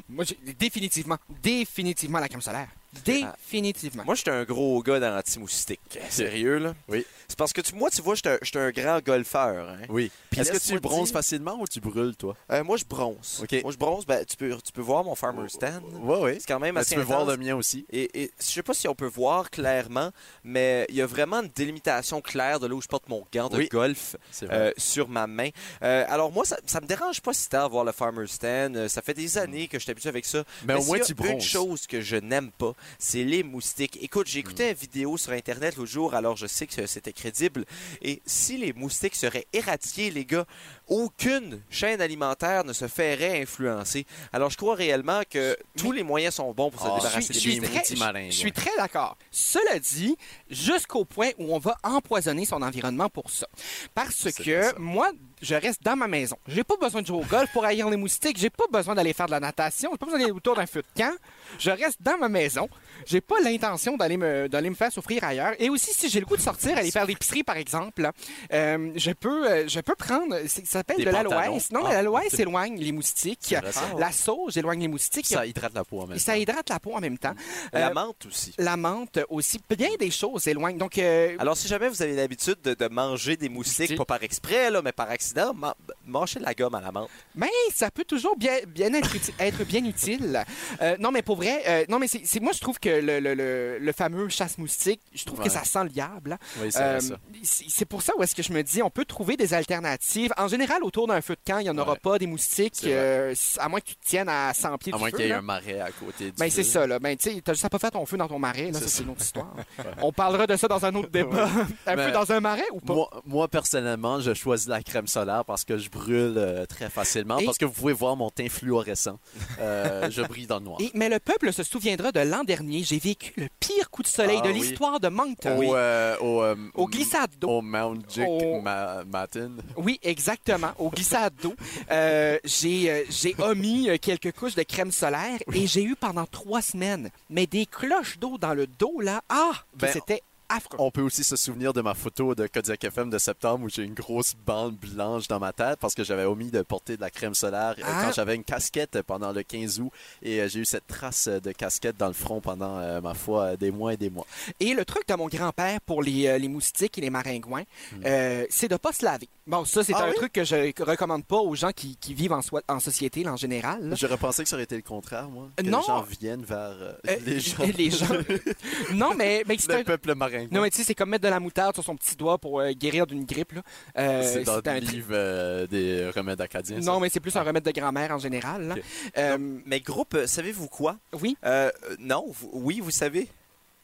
S4: Moi, j'ai- définitivement, définitivement la crème solaire. Euh, Définitivement.
S1: Moi, j'étais un gros gars dans l'anti-moustique. Sérieux, là?
S3: Oui.
S1: C'est parce que tu, moi, tu vois, j'étais un- j'étais un grand golfeur. hein.
S3: Oui. Est-ce que
S1: laisse-moi
S3: tu bronzes
S1: dire-
S3: facilement ou tu brûles, toi?
S1: Euh, moi, je bronze.
S3: OK.
S1: Moi, je bronze. Ben, tu, peux, tu peux voir mon farmer stand.
S3: Oui, oui.
S1: C'est quand même
S3: Mais
S1: assez
S3: Ben, tu peux voir
S1: intense.
S3: le mien aussi.
S1: Et, et je sais pas si on peut voir clairement, mais il y a vraiment une délimitation claire de là où je porte mon gant de
S3: Oui.
S1: golf
S3: C'est
S1: euh, sur ma main. Euh, alors moi, ça, ça me dérange pas si tard voir le farmer stand. Euh, Ça fait des
S3: Mm.
S1: années que je suis habitué avec ça.
S3: Mais au
S1: s'il
S3: moins,
S1: y a
S3: tu bronzes.
S1: Une chose que je n'aime pas, c'est les moustiques. Écoute, j'ai écouté une vidéo sur Internet l'autre jour, alors je sais que c'était crédible. Et si les moustiques seraient éradiqués, les gars, aucune chaîne alimentaire ne se ferait influencer. Alors je crois réellement que tous les moyens sont bons pour se
S3: Ah,
S1: débarrasser
S4: Je
S1: des
S4: suis, je suis
S3: moustiques.
S4: très,
S3: Petit malin,
S4: je- je suis
S3: ouais.
S4: très d'accord. Cela dit, jusqu'au point où on va empoisonner son environnement pour ça. Parce
S3: C'est bien
S4: que
S3: ça.
S4: moi, je reste dans ma maison. J'ai pas besoin de jouer au golf pour haïr les moustiques. J'ai pas besoin d'aller faire de la natation. J'ai pas besoin d'aller autour d'un feu de camp. Je reste dans ma maison. J'ai pas l'intention d'aller me, d'aller me faire souffrir ailleurs. Et aussi, si j'ai le goût de sortir, aller faire l'épicerie, par exemple, euh, je, peux, euh, je peux prendre. c'est- Ça s'appelle
S3: Des
S4: de
S3: pantalons.
S4: l'aloès. Non,
S3: Ah.
S4: mais l'aloès éloigne les moustiques.
S3: vrai, ça.
S1: Hein?
S4: La sauge éloigne les moustiques.
S3: Ça hydrate la peau en même
S4: Et ça
S3: temps.
S4: hydrate la peau en même temps.
S1: La
S4: Euh,
S1: menthe aussi.
S4: la menthe aussi, bien des choses éloignent. Donc, euh,
S3: Ah.
S1: Alors, si jamais vous avez l'habitude de, de manger des moustiques,
S4: Moustiques.
S1: pas par exprès, là, mais par accident, man- mangez de la gomme à la menthe.
S4: mais ça peut toujours bien, bien être, uti- (laughs) être bien utile. Euh, non, mais pour vrai, euh, non, mais c'est c'est- moi, je trouve que le, le- le- le fameux chasse-moustique, je trouve
S3: Ouais.
S4: que ça sent le diable.
S3: Oui, c'est vrai,
S4: Euh,
S3: ça.
S4: c'est c'est pour ça où est-ce que je me dis, on peut trouver des alternatives. En général, autour d'un feu de camp, il n'y en aura
S3: Ouais.
S4: pas des moustiques,
S3: C'est vrai.
S4: euh, à moins que tu te tiennes à 100 pieds
S3: À
S4: du
S3: moins
S4: feu,
S3: qu'il y ait
S4: là.
S3: un marais à côté du
S4: Ben, c'est
S3: feu.
S4: ça, là. Ben, tu sais, t'as juste à pas faire ton feu dans ton marais, là. Ça,
S3: C'est
S4: c'est une autre
S3: (laughs)
S4: histoire. On parlera de ça dans un autre débat. (laughs) un
S3: Mais-
S4: peu dans un marais ou pas?
S3: Moi, moi, personnellement, je choisis la crème solaire parce que je brûle euh, très facilement.
S4: Et-
S3: Parce que vous pouvez voir mon teint fluorescent. (laughs) Euh, je brille dans le noir.
S4: Et- mais le peuple se souviendra de l'an dernier, j'ai vécu le pire coup de soleil
S3: Ah,
S4: de
S3: oui.
S4: l'histoire de Moncton.
S3: Au, euh, au, euh,
S4: Au glissade d'eau.
S3: Au Mount Dick
S4: Au-
S3: Ma- Mountain.
S4: Oui, exactement. Au glissade d'eau, Euh, j'ai euh, j'ai omis euh, quelques couches de crème solaire et j'ai eu pendant trois semaines, mais des cloches d'eau dans le dos, là, ah, que
S3: Ben,
S4: c'était affreux.
S3: On peut aussi se souvenir de ma photo de Kodiak FM de septembre où j'ai une grosse bande blanche dans ma tête parce que j'avais omis de porter de la crème solaire euh,
S4: Ah.
S3: quand j'avais une casquette pendant le 15 août et euh, j'ai eu cette trace euh, de casquette dans le front pendant, euh, ma foi, euh, des mois et des mois.
S4: Et le truc de mon grand-père pour les, euh, les moustiques et les maringouins, euh, c'est de pas se laver. Bon, ça, c'est
S3: Hmm. Ah
S4: un
S3: oui?
S4: truc que je recommande pas aux gens qui, qui vivent en, soi- en société, là, en général. là.
S3: J'aurais pensé que ça aurait été le contraire, moi. Que
S4: Non.
S3: les gens viennent vers euh,
S4: Euh,
S3: les gens.
S4: (laughs) les gens.
S3: (laughs)
S4: non, mais, mais c'est
S3: Le
S4: un-
S3: peuple marin.
S4: Non, mais tu sais, c'est comme mettre de la moutarde sur son petit doigt pour euh, guérir d'une grippe. là. Euh,
S3: c'est dans
S4: un
S3: le
S4: tri-
S3: livre euh, des remèdes acadiens. ça.
S4: Non, mais c'est plus un remède de grand-mère en général. là.
S3: Ok.
S4: Euh,
S1: Mais groupe, euh, savez-vous quoi?
S4: oui,
S1: Euh, euh, non, vous- oui, vous savez.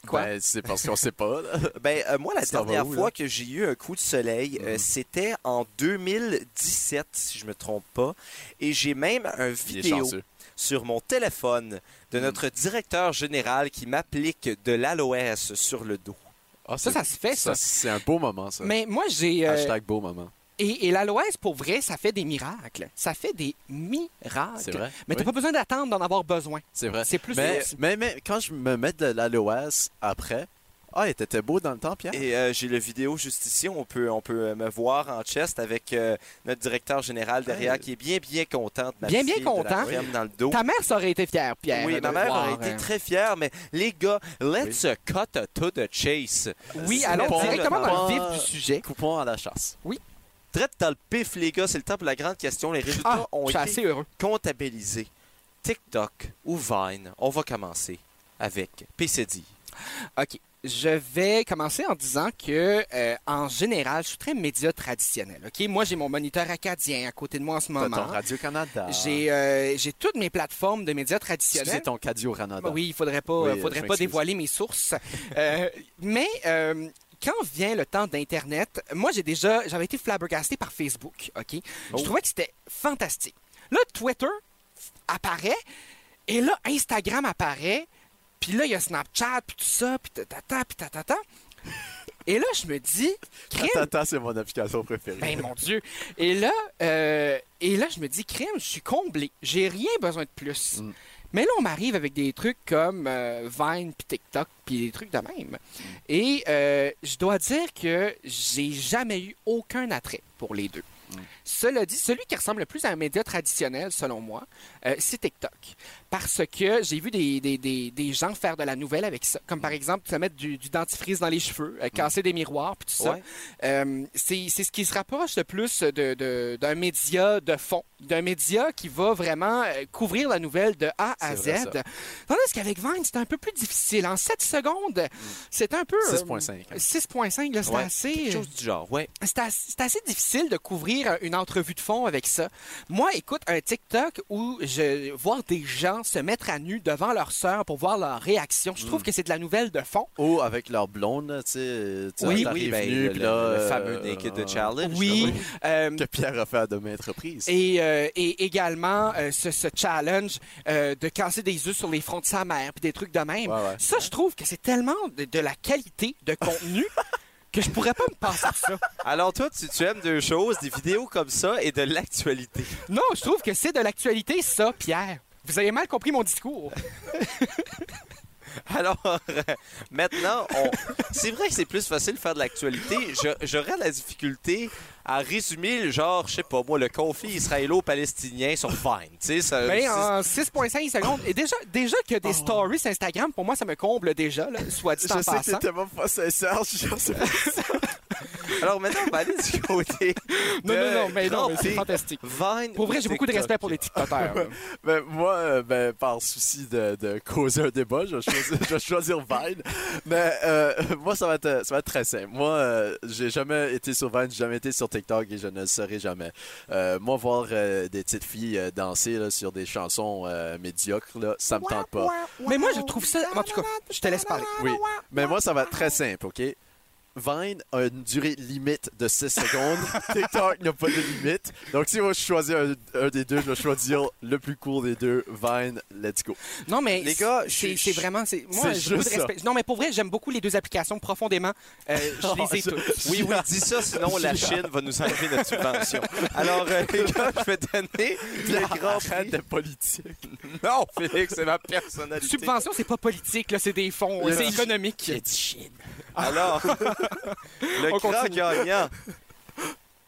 S4: quoi?
S3: Ben, c'est parce qu'on sait
S4: (laughs)
S3: pas. là.
S1: Ben, euh, moi, la
S3: Ça va
S1: dernière
S3: où, là?
S1: fois que j'ai eu un coup de soleil,
S4: Mhm.
S1: euh, c'était en 2017, si je me trompe pas. Et j'ai même un
S3: Il est
S1: vidéo
S3: chanceux.
S1: sur mon téléphone de
S4: Mhm.
S1: notre directeur général qui m'applique de l'aloès sur le dos.
S3: Ah,
S4: ça,
S3: c'est-
S4: ça se fait, ça.
S3: C'est un beau moment, ça.
S4: Mais moi, j'ai. euh,
S3: Hashtag beau moment.
S4: et, et l'aloès, pour vrai, ça fait des miracles. Ça fait des miracles.
S3: C'est vrai.
S4: Mais t'as
S3: Oui.
S4: pas besoin d'attendre d'en avoir besoin.
S3: C'est vrai.
S4: C'est plus
S3: mais,
S4: ça.
S3: mais, mais quand je me mets de l'aloès après, ah, il était beau dans le temps, Pierre.
S1: Et euh, j'ai le vidéo juste ici. On peut, on peut euh, me voir en chest avec euh, notre directeur général derrière
S3: Ouais.
S1: qui est bien, bien content de
S4: Bien, bien
S1: m'appliquer de la
S4: content.
S1: crème dans le dos.
S4: Ta mère, ça aurait été fière, Pierre.
S1: Oui,
S4: de
S1: ma mère
S4: voir,
S1: aurait été
S4: hein.
S1: très fière, mais les gars, let's uh, cut a to the chase.
S4: Oui,
S1: C'est
S4: allons
S1: bon,
S4: directement
S1: le
S4: dans le
S3: temps.
S4: vif du sujet.
S3: Coupons à la chasse.
S1: Drette dans le pif, les gars, c'est le temps pour la grande question. Les résultats
S4: Ah,
S1: ont
S4: je
S1: été
S4: suis assez heureux.
S1: comptabilisés. TikTok ou Vine, on va commencer avec PCD.
S4: OK. Je vais commencer en disant que, euh, en général, je suis très média traditionnel. OK? Moi, j'ai mon moniteur acadien à côté de moi en ce
S3: T'as ton
S4: moment.
S3: Radio-Canada.
S4: J'ai euh, j'ai toutes mes plateformes de médias
S3: Excusez
S4: traditionnels.
S3: ton Radio-Canada.
S4: Oui, il faudrait pas,
S3: Oui,
S4: euh, faudrait
S3: je
S4: pas
S3: m'excuse.
S4: dévoiler mes sources. Euh, mais euh, quand vient le temps d'Internet, moi j'ai déjà, j'avais été flabbergasté par Facebook. Ok,
S1: Oh.
S4: je trouvais que c'était fantastique. Là, Twitter apparaît et là Instagram apparaît, puis là il y a Snapchat, puis tout ça, puis tatata, puis tatata. Et là, je me dis, crime,
S3: Attends, attends, c'est mon application préférée.
S4: ben mon Dieu. Et là, euh, et là, je me dis, crime, je suis comblé. J'ai rien besoin de plus.
S3: Mm.
S4: Mais là, on m'arrive avec des trucs comme euh, Vine, puis TikTok, puis des trucs de même. Et euh, je dois dire que j'ai jamais eu aucun attrait pour les deux. Cela dit, celui qui ressemble le plus à un média traditionnel, selon moi, euh, c'est TikTok. Parce que j'ai vu des, des- des- des gens faire de la nouvelle avec ça. Comme par
S3: Mm.
S4: exemple, se mettre du, du dentifrice dans les cheveux, euh, casser des miroirs, puis tout ça.
S1: Ouais.
S4: Euh, c'est c'est ce qui se rapproche le plus de- de- d'un média de fond, d'un média qui va vraiment euh, couvrir la nouvelle de A à Z.
S3: C'est vrai, ça.
S4: Tandis qu'avec Vine, c'était un peu plus difficile. En 7 secondes,
S3: Mm.
S4: c'est un peu...
S1: Ben,
S4: euh,
S3: 6.5.
S4: 6.5, là, c'était
S1: Ouais,
S4: assez...
S1: Quelque chose du genre, ouais.
S4: C'est assez, c'est assez difficile de couvrir euh, une entrevue de fond avec ça. Moi, écoute, un TikTok où je voir des gens se mettre à nu devant leur sœur pour voir leur réaction, je trouve
S3: Hmm.
S4: que c'est de la nouvelle de fond.
S3: Ou avec leur blonde, là, tu sais. tu sais,
S1: Oui,
S3: t'arrives
S1: oui, ben,
S3: nu,
S1: le,
S3: puis
S1: le-
S3: là,
S1: le
S3: euh,
S1: fameux Naked
S3: euh,
S1: Challenge. là,
S4: Oui,
S1: ouais.
S4: euh,
S3: Que Pierre a fait à de maintes reprises.
S4: et, euh, et également euh, ce, ce challenge euh, de casser des œufs sur les fronts de sa mère, puis des trucs de même.
S3: Ouais, ouais.
S4: Ça, je trouve que c'est tellement de, de la qualité de
S3: (laughs)
S4: contenu que je pourrais pas me passer de ça.
S1: Alors toi, tu, tu aimes deux choses, des vidéos comme ça et de l'actualité. (laughs)
S4: Non, je trouve que c'est de l'actualité, ça, Pierre. Vous avez mal compris mon discours.
S1: Alors, euh, maintenant, on... c'est vrai que c'est plus facile de faire de l'actualité. Je- J'aurais de la difficulté à résumer, le genre, je sais pas moi, le conflit israélo-palestinien sur Vine. Tu sais, ça-
S4: Ben,
S1: Euh, c'est-
S4: en 6,5 secondes. Et déjà, déjà que des stories Instagram, pour moi, ça me comble déjà, là, soit dit
S3: Je
S4: en
S3: sais que
S4: passant.
S3: t'es tellement pas sincère, je sais pas.
S1: (laughs) Alors maintenant, on va aller du côté.
S4: Non, non,
S1: de
S4: non, mais non, mais c'est
S1: Grand-P,
S4: fantastique.
S1: Vine
S4: Pour vrai, j'ai beaucoup de
S1: TikTok.
S4: respect pour les TikTokers. là.
S3: Ben, moi, euh, ben, par souci de, de causer un débat, je vais choisir, (laughs) je vais choisir Vine. Mais euh, moi, ça va, être, ça va être très simple. Moi, euh, j'ai jamais été sur Vine, j'ai jamais été sur TikTok et je ne le serai jamais. Euh, moi, voir euh, des petites filles euh, danser là, sur des chansons euh, médiocres, là, ça me tente pas.
S4: Mais moi, je trouve ça. En tout cas, je te laisse parler.
S3: Oui. Mais moi, ça va être très simple, OK? Vine a une durée limite de 6 secondes. TikTok n'a pas de limite. Donc, si moi, je choisis un, un des deux, je vais choisir le plus court des deux. Vine, let's go.
S4: Non, mais
S1: Les gars, je suis-
S4: c'est c'est vraiment. c'est- Moi,
S3: c'est
S4: j'ai beaucoup de
S3: juste ça.
S4: respect. Non, mais pour vrai, j'aime beaucoup les deux applications profondément. Euh, je les ai toutes.
S1: Oui, oui, dis ça, sinon (laughs) la Chine va nous enlever notre subvention. Alors, euh, les gars, je vais donner le grand prix.
S3: de politique.
S1: Non, Félix, c'est ma personnalité.
S4: Subvention, c'est pas politique, là, c'est des fonds,
S1: Le-
S4: c'est économique.
S1: (laughs) Alors, le
S4: On
S1: grand
S4: continue.
S1: gagnant.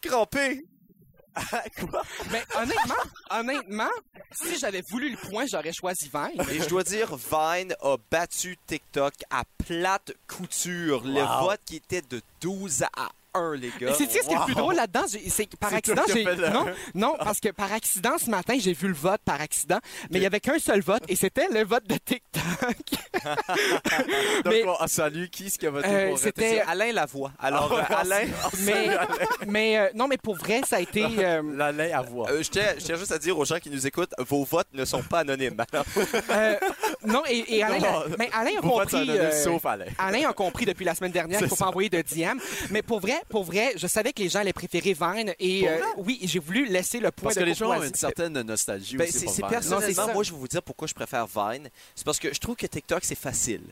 S1: Grand P.
S4: Mais honnêtement, honnêtement, si j'avais voulu le point, j'aurais choisi Vine.
S1: Et je dois dire, Vine a battu TikTok à plate couture. Le
S3: Wow.
S1: vote qui était de 12 à 1, les gars.
S4: Mais C'est c'est ce qui est le plus
S1: Wow.
S4: drôle là-dedans. j'ai- C'est que par
S3: C'est toi
S4: accident,
S3: qui as
S4: j'ai
S3: fait le-
S4: non, non, parce que par accident ce matin, j'ai vu le vote par accident, mais il y avait qu'un seul vote et c'était le vote de TikTok.
S3: (laughs) Donc,
S4: Mais-
S3: on salue qui ce qui a voté
S4: Euh,
S3: pour
S4: c'était-
S1: C'est Alain Lavoie. Alors, euh, Alain,
S4: mais mais euh, non, mais pour vrai, ça a été. euh,
S3: la lait à voir.
S1: euh, je tiens je tiens juste à dire aux gens qui nous écoutent, vos votes ne sont pas anonymes. Alors,
S4: euh, non et, et Alain,
S3: Non,
S4: mais Alain a
S3: Vous faites un
S4: compris.
S3: anonyme,
S4: euh,
S3: sauf Alain.
S4: Alain a compris depuis la semaine dernière qu'il faut pas envoyer de DM. Mais pour vrai, pour vrai, je savais que les gens allaient préférer Vine et euh, oui, j'ai voulu laisser le point
S3: Parce
S4: de
S3: que les gens ont
S4: courtoisie.
S3: une certaine nostalgie
S1: Ben,
S3: aussi
S1: c'est
S3: pour
S1: c'est
S3: Vine.
S4: Non, c'est
S1: personnellement,
S4: ça.
S1: moi, je vais vous dire pourquoi je préfère Vine. C'est parce que je trouve que TikTok, c'est facile.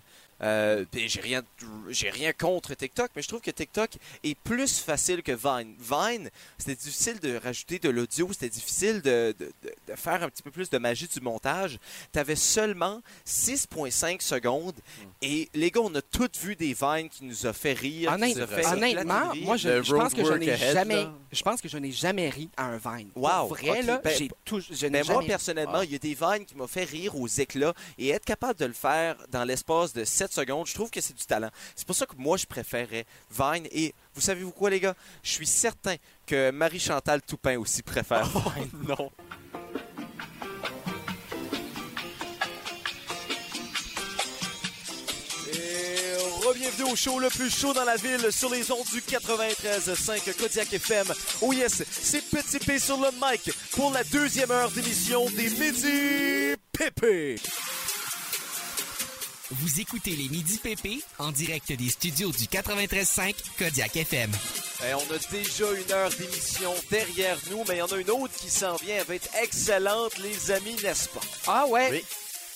S1: Euh, ben, j'ai rien, j'ai rien contre TikTok, mais je trouve que TikTok est plus facile que Vine. Vine, c'était difficile de rajouter de l'audio, c'était difficile de, de- de- de faire un petit peu plus de magie du montage. T'avais seulement 6,5 secondes et les gars, on a toutes vu des Vines qui nous ont fait rire. qui nous ont fait
S4: Honnêtement, honnêtement,
S1: éclater de rire.
S4: moi, je,
S3: le
S4: je pense que je
S3: roadwork
S4: n'ai
S3: ahead,
S4: jamais,
S3: là.
S4: je pense que je n'ai jamais ri à un Vine.
S1: Wow,
S4: Pour vrai,
S1: ok.
S4: là,
S1: Ben,
S4: j'ai tout, je n'ai
S1: Mais moi,
S4: jamais. ri.
S1: personnellement, il y a des vannes qui m'ont fait rire aux éclats et être capable de le faire dans l'espace de 7 secondes, je trouve que c'est du talent. C'est pour ça que moi, je préférais Vine et vous savez-vous quoi, les gars? Je suis certain que Marie-Chantal Toupin aussi préfère Vine.
S3: non.
S6: Et Rebienvenue au show le plus chaud dans la ville sur les ondes du 93.5 Kodiak FM. Oh yes, c'est Petit P sur le mic pour la deuxième heure d'émission des Midi Pépé.
S2: Vous écoutez les Midi PP en direct des studios du 93.5 Kodiak FM.
S1: Et Eh, on a déjà une heure d'émission derrière nous, mais il y en a une autre qui s'en vient. Elle va être excellente, les amis, n'est-ce pas?
S4: Ah ouais.
S1: Oui.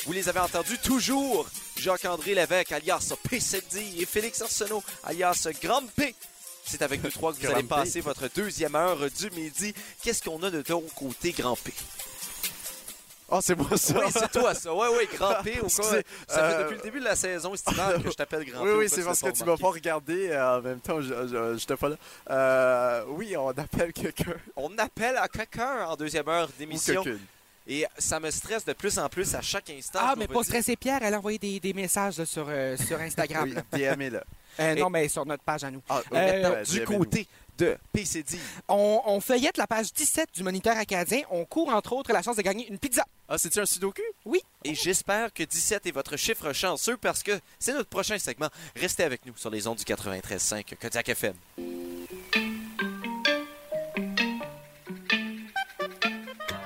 S1: Vous les avez entendus toujours. Jacques-André Lévesque, alias PCD, et Félix Arsenault, alias Grand P. C'est avec nous trois que vous
S3: Grand
S1: allez
S3: P.
S1: passer votre deuxième heure du midi. Qu'est-ce qu'on a de ton côté, Grand P?
S3: Oh, c'est moi ça.
S1: Oui, c'est toi, ça. Oui, oui, Grand P. Au cas-
S3: Excusez,
S1: ça fait
S3: euh,
S1: depuis le début de la saison estivale que je t'appelle Grand
S3: Oui,
S1: P. au
S3: oui,
S1: cas
S3: c'est
S1: tu
S3: parce que
S1: l'as
S3: tu m'as
S1: remarqué.
S3: pas regardé. euh, en même temps, je- je- j'étais pas là. Euh, oui, on appelle quelqu'un.
S1: On appelle à quelqu'un en deuxième heure
S3: Ou
S1: d'émission.
S3: quelqu'une.
S1: Et ça me stresse de plus en plus à chaque instant.
S4: Ah,
S1: qu'on
S4: mais
S1: va
S4: pas
S1: dire-
S4: stresser Pierre, elle a envoyé des, des messages là, sur, euh, sur Instagram.
S3: Oui,
S4: là.
S3: DMez-le.
S4: Euh, non, mais sur notre page à nous.
S3: Ah, E.
S4: Euh,
S3: oui, euh,
S1: Du
S3: DMez-nous.
S1: côté de PCD.
S4: On, on feuillette la page 17 du Moniteur acadien. On court, entre autres, la chance de gagner une pizza.
S3: Ah, c'est-tu un (laughs) sudoku?
S1: Et j'espère que 17 est votre chiffre chanceux parce que c'est notre prochain segment. Restez avec nous sur les ondes du 93.5 Kodiak FM.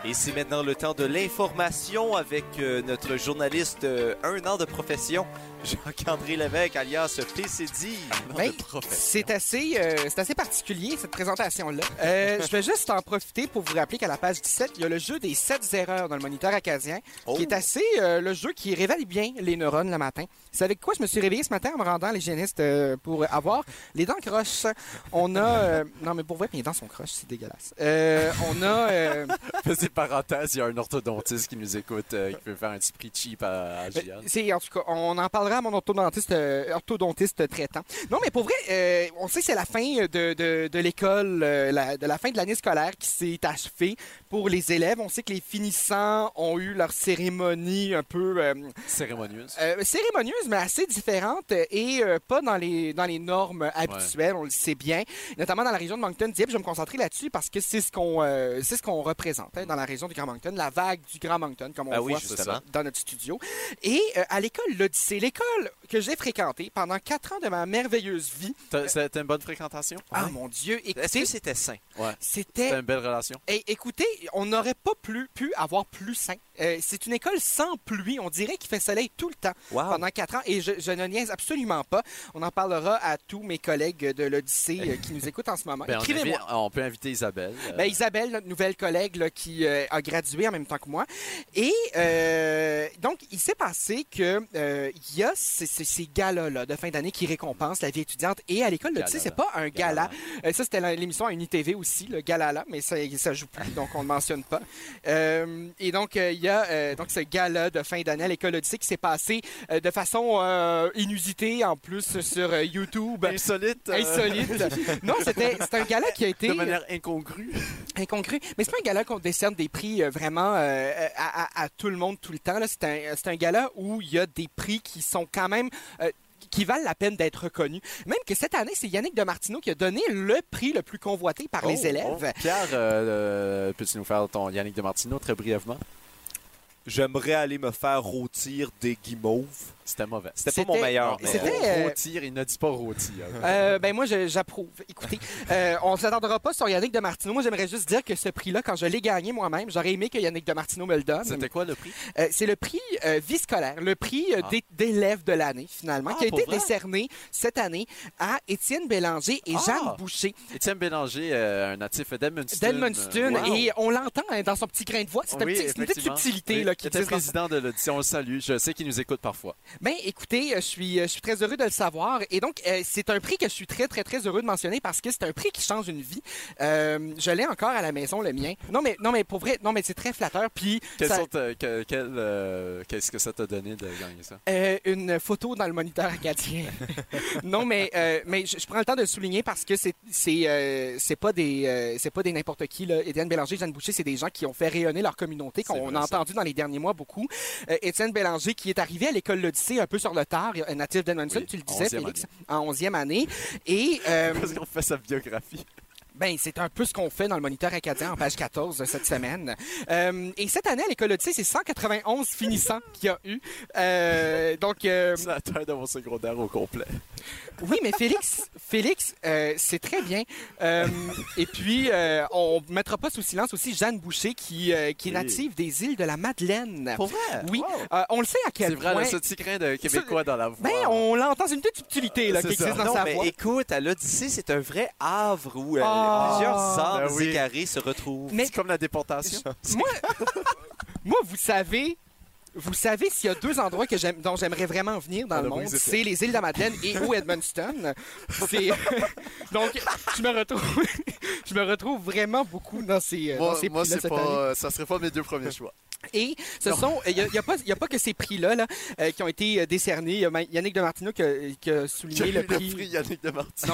S1: Et c'est maintenant le temps de l'information avec euh, notre journaliste euh, un an de profession, (laughs) Jacques-André Lévesque, alias PCD.
S4: Ben, c'est assez, euh, c'est assez particulier, cette présentation-là. Euh, je vais juste en profiter pour vous rappeler qu'à la page 17, il y a le jeu des 7 erreurs dans le moniteur acadien,
S1: Oh.
S4: qui est assez euh, le jeu qui révèle bien les neurones le matin. C'est avec quoi je me suis réveillé ce matin en me rendant à l'hygiéniste euh, pour avoir les dents croches. On a... euh, non, mais pour vrai, mes dents sont croches, c'est dégueulasse. Euh, on a... euh,
S3: Petite parenthèse, il y a un orthodontiste qui nous écoute euh, qui peut faire un petit prix cheap à, à
S4: Mais
S3: JL.
S4: Ben, C'est en tout cas, on en parlera parlerai à mon orthodontiste, euh, orthodontiste traitant. Non, mais pour vrai, euh, on sait que c'est la fin de, de- de l'école, euh, la- de la fin de l'année scolaire qui s'est achevée pour les élèves. On sait que les finissants ont eu leur cérémonie un peu euh,
S3: Cérémonieuse.
S4: euh, cérémonieuse, mais assez différente euh, et euh, pas dans les, dans les normes habituelles, on le sait bien, notamment dans la région de Moncton. Dieppe, je vais me concentrer là-dessus parce que c'est ce qu'on euh, c'est ce qu'on représente hein, dans la région du Grand Moncton, la vague du Grand Moncton, comme on
S1: Ben oui,
S4: voit
S1: justement.
S4: dans notre studio. Et euh, à l'école L'Odyssée, l'école que j'ai fréquentée pendant quatre ans de ma merveilleuse vie.
S3: T'as c'était une bonne fréquentation?
S4: Ah mon Dieu,
S1: Est-ce que
S4: écoutez,
S1: c'était sain?
S4: c'était
S3: C'était une belle relation.
S4: et écoutez, on n'aurait pas plus, pu avoir plus sain. Euh, c'est une école sans pluie. On dirait qu'il fait soleil tout le temps
S1: Wow.
S4: pendant quatre ans. Et je, je ne niaise absolument pas. On en parlera à tous mes collègues de l'Odyssée euh, qui nous écoutent en ce moment.
S3: Ben, on,
S4: Écrivez-moi.
S3: invite- on peut inviter Isabelle. euh,
S4: Ben, Isabelle, notre nouvelle collègue là, qui euh, a gradué en même temps que moi. Et euh, donc, il s'est passé que euh, il y a ces, ces- ces galas-là de fin d'année qui récompensent la vie étudiante. Et à l'école, là, tu sais,
S3: Gala,
S4: c'est
S3: là.
S4: pas un gala.
S3: Gala.
S4: Euh, ça, c'était la- l'émission à Unitv aussi, le gala-là, mais ça, ça joue plus, donc on ne le mentionne pas. Euh, et donc, euh, il y a euh, donc ce gala de fin d'année à l'école Odyssée qui s'est passé euh, de façon euh, inusitée, en plus, sur euh, YouTube.
S3: Insolite. euh,
S4: Insolite. Non, c'était c'était un gala qui a été
S3: De manière incongrue.
S4: incongru. Mais c'est pas un gala qu'on décerne des prix euh, vraiment euh, à, à- à tout le monde tout le temps. là. C'est un, euh, c'est un gala où il y a des prix qui sont quand même euh, qui valent la peine d'être reconnus. Même que cette année, c'est Yannick de Martineau qui a donné le prix le plus convoité par (laughs) les
S3: Oh,
S4: élèves.
S3: oh. Pierre, euh, euh, peux-tu nous faire ton Yannick de Martino très brièvement?
S1: J'aimerais aller me faire rôtir des guimauves.
S3: C'était mauvais.
S1: C'était pas mon
S4: C'était-
S1: meilleur.
S4: non, c'était- euh,
S3: Rôtir, il ne dit pas hein. rôtir.
S4: Euh, ben moi, je- j'approuve. Écoutez, euh, on ne s'attendra pas sur Yannick de Martineau. Moi, j'aimerais juste dire que ce prix-là, quand je l'ai gagné moi-même, j'aurais aimé que Yannick de Martineau me le donne.
S3: C'était quoi le prix?
S4: Euh, c'est le prix euh, vie scolaire, le prix euh,
S3: Ah.
S4: d'é- d'élève de l'année, finalement,
S3: Ah,
S4: qui a
S3: pour
S4: été
S3: vrai?
S4: décerné cette année à Étienne Bélanger et
S3: Ah.
S4: Jeanne Boucher
S3: Étienne Bélanger, euh, un natif d'Edmundston.
S4: d'Edmundston.
S3: Wow.
S4: Et on l'entend hein, dans son petit grain de voix. C'est un
S3: Oui,
S4: petit- c'est une petite
S3: effectivement.
S4: subtilité
S3: Oui.
S4: là, qui
S3: Il était
S4: existe dans-
S3: président de l'audition. On le salue. Je sais qu'il nous écoute parfois.
S4: Ben, écoutez, euh, je suis, euh, je suis très heureux de le savoir. Et donc, euh, c'est un prix que je suis très, très, très heureux de mentionner parce que c'est un prix qui change une vie. Euh, je l'ai encore à la maison, le mien. Non, mais, non, mais pour vrai, non, mais c'est très flatteur. Puis,
S3: Quelles
S4: ça-
S3: sont, euh, que- quelles, euh, Qu'est-ce que ça t'a donné de gagner ça?
S4: Euh, une photo dans le moniteur acadien. (laughs) non, mais euh, mais je, je prends le temps de le souligner parce que c'est c'est euh, c'est pas des euh, c'est pas des n'importe qui là. Étienne Bélanger, Jeanne Boucher, c'est des gens qui ont fait rayonner leur communauté
S3: C'est
S4: qu'on
S3: vrai,
S4: a
S3: ça.
S4: entendu dans les derniers mois beaucoup. Euh, Étienne Bélanger qui est arrivé à l'école L'Odyssée un peu sur le tard, un natif d'Edmondson,
S3: Oui,
S4: tu le disais
S3: 11e
S4: Félix, en 11e année et euh, (laughs)
S3: Parce qu'on fait sa biographie.
S4: ben, c'est un peu ce qu'on fait dans le Moniteur acadien en page 14 de cette semaine. Euh, et cette année, à l'école Odyssée, c'est 191 finissants qu'il y a eu. Euh, donc, euh,
S3: C'est la terre de mon secondaire au complet.
S4: oui, mais Félix, Félix, euh, c'est très bien. Euh, et puis, euh, on mettra pas sous silence aussi Jeanne Boucher, qui, euh, qui est
S3: Oui.
S4: native des îles de la Madeleine.
S3: Pour vrai?
S4: Oui, euh, on le sait à
S3: C'est
S4: quel
S3: vrai,
S4: point.
S3: là, ce petit grain de Québécois dans la voix. hein.
S4: Ben, on l'entend, c'est une petite subtilité là,
S3: C'est
S4: qui existe
S3: ça.
S4: dans
S1: non,
S4: sa
S1: mais
S4: voix.
S1: écoute, à l'Odyssée, c'est un vrai havre où euh,
S4: Ah.
S1: plusieurs arbres
S3: Ben oui.
S1: et carrés se retrouvent.
S4: Mais
S3: C'est comme la déportation.
S4: moi, moi, vous savez. Vous savez, s'il y a deux endroits que j'aime, dont j'aimerais vraiment venir dans
S3: Ah,
S4: le
S3: oui,
S4: monde,
S3: c'est ça.
S4: c'est les îles de la Madeleine et ou
S3: (laughs)
S4: Edmundston. C'est... (laughs) Donc, je me retrouve, (laughs) je me retrouve vraiment beaucoup dans ces, euh, dans ces prix-là cette année.
S3: ça serait pas mes deux premiers choix.
S4: Et ce sont, il n'y a, il y a pas- il y a pas que ces prix-là là, euh, qui ont été euh, décernés. Il y a Ma- Yannick de Martineau qui a, qui a souligné
S3: (laughs)
S4: le prix.
S3: Yannick Demartino.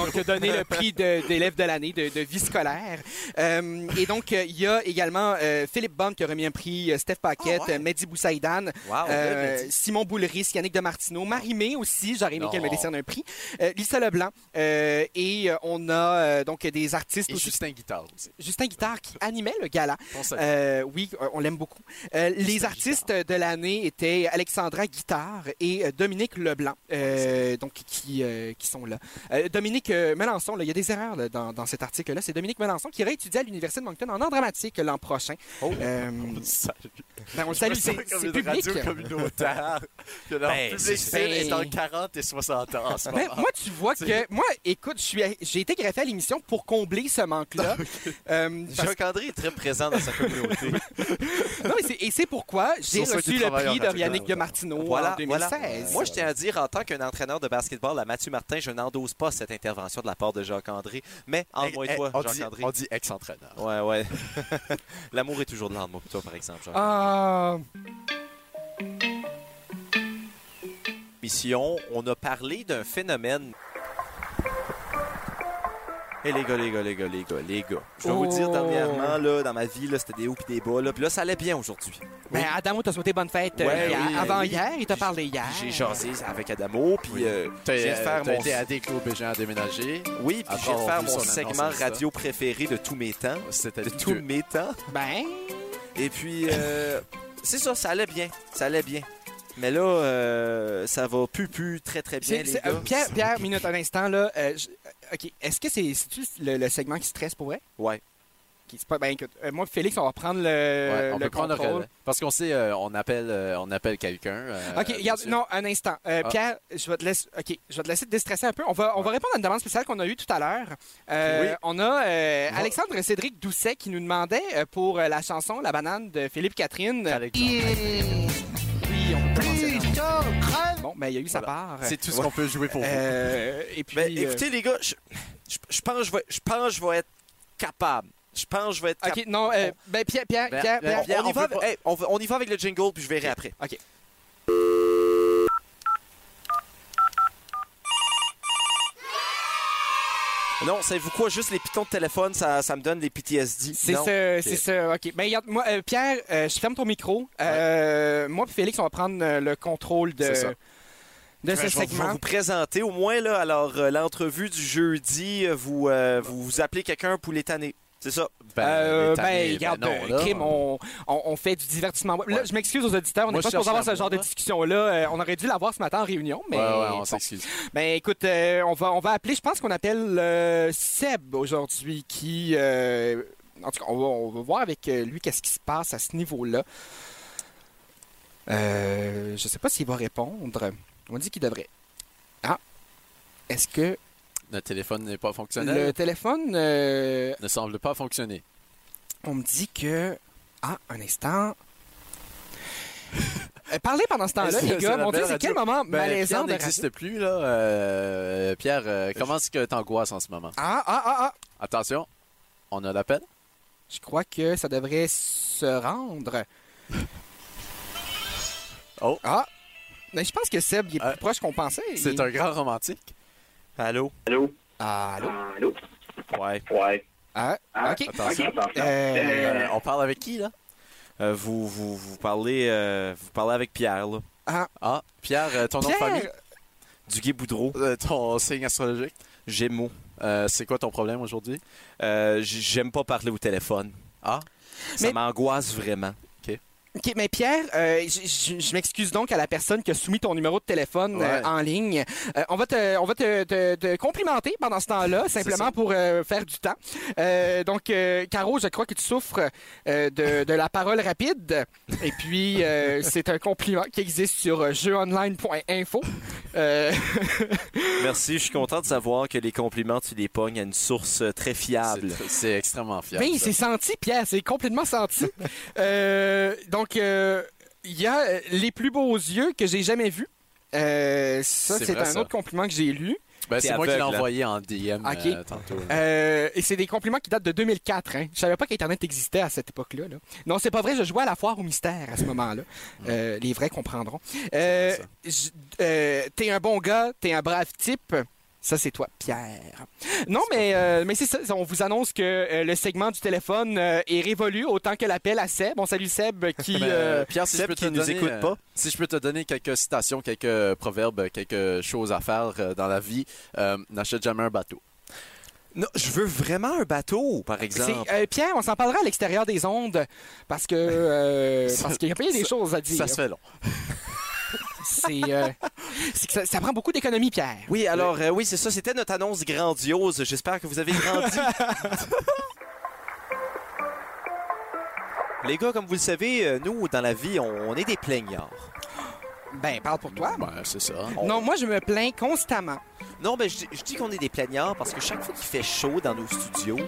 S4: (laughs) Donc, qui a donné le prix de- d'élève de, l'année de, de vie scolaire. Euh, et donc, euh, il y a également euh, Philippe Bond qui a remis un prix, euh, Steph Paquette,
S1: Ah ouais. Ah
S4: euh, Mehdi Boussaïdan,
S1: Wow,
S4: euh,
S1: là, mais dis-
S4: Simon Boulris, Yannick de Martineau, Marie-Mé aussi, j'aurais aimé
S3: Non.
S4: qu'elle me décerne un prix, euh, Lisa Leblanc, euh, et euh, on a euh, donc des artistes
S3: Et
S4: aussi.
S3: Justin Guitard aussi.
S4: Justin Guitard qui animait le gala.
S3: On salue.
S4: Euh, oui, euh, on l'aime beaucoup. Euh, les artistes de l'année étaient Alexandra Guitare et euh, Dominique Leblanc, euh, donc qui, euh, qui sont là. Euh, Dominique euh, Melançon, là, il y a des erreurs là, dans, dans cet article-là. C'est Dominique Melançon qui ira étudier à l'Université de Moncton en art dramatique l'an prochain.
S1: Oh.
S4: Euh,
S3: On le salue.
S4: ben, on le
S3: Je
S4: salue,
S3: me sens
S4: c'est
S3: comme
S4: c'est
S3: une
S4: public.
S3: radio communautaire. que leur
S1: Ben,
S3: public
S1: c'est-
S3: cible
S4: ben-
S3: est en 40 et 60 ans en ce
S4: Ben,
S3: moment.
S4: moi, tu vois
S3: C'est-
S4: que. Moi, écoute, je suis à- j'ai été greffé à l'émission pour combler ce
S3: (laughs)
S4: manque-là. Euh, parce-
S1: Jacques-André est très présent dans sa
S4: (laughs)
S1: communauté.
S4: non, mais c'est- et c'est pourquoi j'ai
S3: Sur ceux
S4: reçu
S3: qui
S4: le
S3: travaillent en
S4: prix de
S3: radio
S4: Yannick de
S3: communautaire.
S4: Martineau en
S1: voilà, voilà.
S4: 2016.
S1: Moi, je tiens à dire, en tant qu'un entraîneur de basketball à Mathieu Martin, je n'endosse pas cette intervention de la part de Jacques-André. Mais
S3: Eh,
S1: entre-moi
S3: eh,
S1: et toi,
S3: on, dit,
S1: Jacques-André.
S3: on dit ex-entraîneur.
S1: Ouais, ouais. (laughs) L'amour est toujours de l'ordre, moi,
S4: Ah.
S1: pour toi, par exemple. Jacques.
S4: Ah.
S1: mission, on a parlé d'un phénomène. Et les gars, les gars, les gars, les gars, les gars. Je vais vous dire
S4: Oh.
S1: dernièrement, là, dans ma vie, là, c'était des hauts et des bas. Là. Puis là, ça allait bien aujourd'hui.
S4: Ben, Adamo t'a souhaité bonne fête euh,
S1: Ouais,
S4: hier-
S1: oui,
S4: avant
S1: oui.
S4: hier, il t'a parlé hier.
S1: Puis J'ai jasé avec Adamo, puis euh,
S3: T'as
S1: j'ai fait
S3: euh,
S1: faire
S3: t'as
S1: mon...
S3: été à des clubs BGA à déménager.
S1: Oui, puis
S3: Après
S1: j'ai fait
S3: avoir
S1: faire
S3: vu
S1: mon
S3: son annonce
S1: segment
S3: Insta.
S1: radio préféré de tous mes temps.
S3: C'était
S1: De
S3: le
S1: tous mes temps.
S4: Ben,
S1: Et puis, euh, c'est ça, ça allait bien. Ça allait bien. Mais là, euh, ça va plus, plus très, très bien,
S4: c'est-
S1: les
S4: c'est-
S1: gars.
S4: euh, Pierre, Pierre, minute, un instant, là. euh, je- euh, OK, est-ce que c'est c'est-tu le, le segment qui stresse pour vrai?
S1: Ouais.
S4: Qui c'est pas, ben, écoute, euh, moi, Félix, on va prendre le,
S3: Ouais, on
S4: le
S3: peut prendre euh, le
S4: contrôle.
S3: relais. Parce qu'on sait, euh, on appelle, euh, on appelle quelqu'un. euh,
S4: OK, regarde,
S3: monsieur.
S4: non, un instant. Euh,
S3: Ah.
S4: Pierre, je vais, te laisser, OK, je vais te laisser te déstresser un peu. On va, on va répondre à une demande spéciale qu'on a eue tout à l'heure. Euh,
S1: Oui.
S4: On a euh,
S3: On va-
S4: Alexandre Cédric Doucet qui nous demandait euh, pour euh, la chanson La banane de Philippe Catherine.
S3: Alexandre.
S4: Oui, on peut commencer là. Bon, mais il y a eu sa part.
S3: C'est tout ce qu'on peut jouer pour vous.
S4: Euh, et puis,
S1: Ben,
S4: euh,
S1: écoutez, les gars, je, je- je pense que je vais, je pense que je vais être capable. Je pense que je vais être capable.
S4: OK, non, euh, ben, Pierre, Pierre,
S3: Ben,
S4: Pierre,
S3: ben,
S4: Pierre,
S1: on, y
S3: on
S1: va
S3: peut
S1: avec, hey, on va- on y va avec le jingle, puis je verrai après.
S4: OK.
S1: Non, savez-vous quoi? Juste les pitons de téléphone, ça, ça me donne des PTSD.
S4: C'est
S1: Non.
S4: ça, c'est ça. OK. Ben, regarde, moi, euh, Pierre, euh, je ferme ton micro. Euh, Moi puis Félix, on va prendre euh, le contrôle de,
S3: C'est ça.
S4: de ce
S1: Ben, je vais vous- je vais
S4: segment.
S1: vous présenter au moins là. Alors euh, l'entrevue du jeudi, euh, vous, euh, vous vous appelez quelqu'un pour les tanner. C'est ça.
S3: Ben,
S4: Euh,
S3: les
S4: ben,
S3: tanniers,
S4: regarde,
S3: non,
S4: euh,
S3: là.
S4: crime, on, on- on fait du divertissement. Là,
S3: Ouais.
S4: je m'excuse aux auditeurs, on
S3: Moi,
S4: n'est pas
S3: je cherche
S4: supposé avoir
S3: la
S4: ce genre de
S3: voix.
S4: discussion-là. Euh, on aurait dû l'avoir ce matin en réunion, mais
S3: Ouais, ouais, on
S4: bon.
S3: s'excuse.
S4: Ben, écoute, euh, on, va, on va appeler, je pense qu'on appelle euh, Seb aujourd'hui, qui... euh, en tout cas, on va, on va voir avec euh, lui qu'est-ce qui se passe à ce niveau-là. Euh, je sais pas s'il va répondre. On dit qu'il devrait. Ah! Est-ce que
S3: Notre téléphone n'est pas fonctionnel.
S4: le téléphone... euh,
S3: Ne semble pas fonctionner.
S4: on me dit que. Ah, un instant. Euh, Parlez pendant ce temps-là,
S3: C'est-
S4: les
S3: c'est
S4: gars.
S3: la
S4: Mon Dieu,
S3: belle
S4: c'est
S3: radio.
S4: quel moment
S3: Ben,
S4: malaisant
S3: Pierre
S4: de radio.
S3: n'existe plus, là. Euh, Pierre, euh, comment est-ce que t'angoisses en ce moment?
S4: Ah, ah, ah, ah.
S3: Attention, on a l'appel.
S4: Je crois que ça devrait se rendre.
S3: (laughs) Oh.
S4: Ah. Mais je pense que Seb, il est
S3: Ah.
S4: plus proche qu'on pensait. Il-
S3: C'est un grand romantique.
S1: Allô.
S5: Allô?
S4: Ah, allô?
S5: Allô?
S1: Ouais.
S5: Ouais.
S4: Ah,
S5: Ah,
S4: ok.
S3: Attention.
S5: Attention.
S4: Euh,
S3: Euh, on parle avec qui, là?
S1: Euh, vous, vous vous parlez euh, vous parlez avec Pierre là.
S3: Ah, Pierre, euh, ton nom de famille,
S4: Pierre,
S1: Du Guy Boudreau.
S3: euh, ton signe astrologique.
S1: Gémeaux.
S3: Euh, c'est quoi ton problème aujourd'hui?
S1: Euh, j- J'aime pas parler au téléphone.
S3: Ah.
S1: Ça
S4: Mais-
S1: m'angoisse vraiment.
S4: OK, mais Pierre, euh, j- j- je m'excuse donc à la personne qui a soumis ton numéro de téléphone euh,
S3: Ouais.
S4: en ligne. Euh, on va te, on va te, te- te complimenter pendant ce temps-là, simplement pour euh, faire du temps. Euh, donc, euh, Caro, je crois que tu souffres euh, de, de la parole rapide. Et puis, euh, c'est un compliment qui existe sur euh, jeuonline.info. Euh,
S1: Merci, je suis content de savoir que les compliments tu les pognes à une source euh, très fiable.
S3: C'est- C'est extrêmement fiable.
S4: mais il
S3: ça.
S4: s'est senti, Pierre, c'est complètement
S3: (laughs)
S4: senti. Euh, donc, euh, il y a euh, les plus beaux yeux que j'ai jamais vus. Euh, ça,
S3: C'est
S4: c'est
S3: vrai,
S4: un
S3: ça.
S4: autre compliment que j'ai lu.
S3: Ben,
S1: T'es
S3: c'est moi qui l'ai
S1: aveugle,
S3: envoyé en DM
S4: Ok.
S3: euh, tantôt.
S4: Euh, et c'est des compliments qui datent de 2004. Hein. Je savais pas qu'Internet existait à cette époque-là. là. Non, c'est pas vrai, je jouais à la foire au mystère à ce moment-là. Euh, les vrais comprendront. Euh,
S3: C'est vrai,
S4: je- euh, t'es un bon gars, t'es un brave type. Ça, c'est toi, Pierre. Non, mais, euh, mais c'est ça. On vous annonce que euh, le segment du téléphone euh, est révolu autant que l'appel à Seb. On salue Seb qui...
S3: (laughs) Ben,
S4: euh,
S3: Pierre, si je
S1: Seb
S3: peux te
S1: qui nous
S3: donner,
S1: écoute
S3: euh,
S1: pas.
S3: si je peux te donner quelques citations, quelques euh, proverbes, quelques choses à faire euh, dans la vie, euh, n'achète jamais un bateau.
S1: Non, je veux vraiment un bateau, par exemple.
S4: c'est- euh, Pierre, on s'en parlera à l'extérieur des ondes parce que euh,
S3: (laughs) Ça-
S4: parce qu'il y a bien des
S3: ça-
S4: choses à dire.
S3: Ça se fait long.
S4: C'est, euh, c'est que ça, ça prend beaucoup d'économie, Pierre.
S1: Oui, alors euh, oui, c'est ça, c'était notre annonce grandiose. J'espère que vous avez grandi. (laughs) Les gars, comme vous le savez, euh, nous, dans la vie, on, on est des plaignards.
S4: Ben, parle pour toi.
S3: Ben, c'est ça.
S4: Non, moi, je me plains constamment.
S1: Non, ben, je, dis- je dis qu'on est des plaignards parce que chaque fois qu'il fait chaud dans nos studios,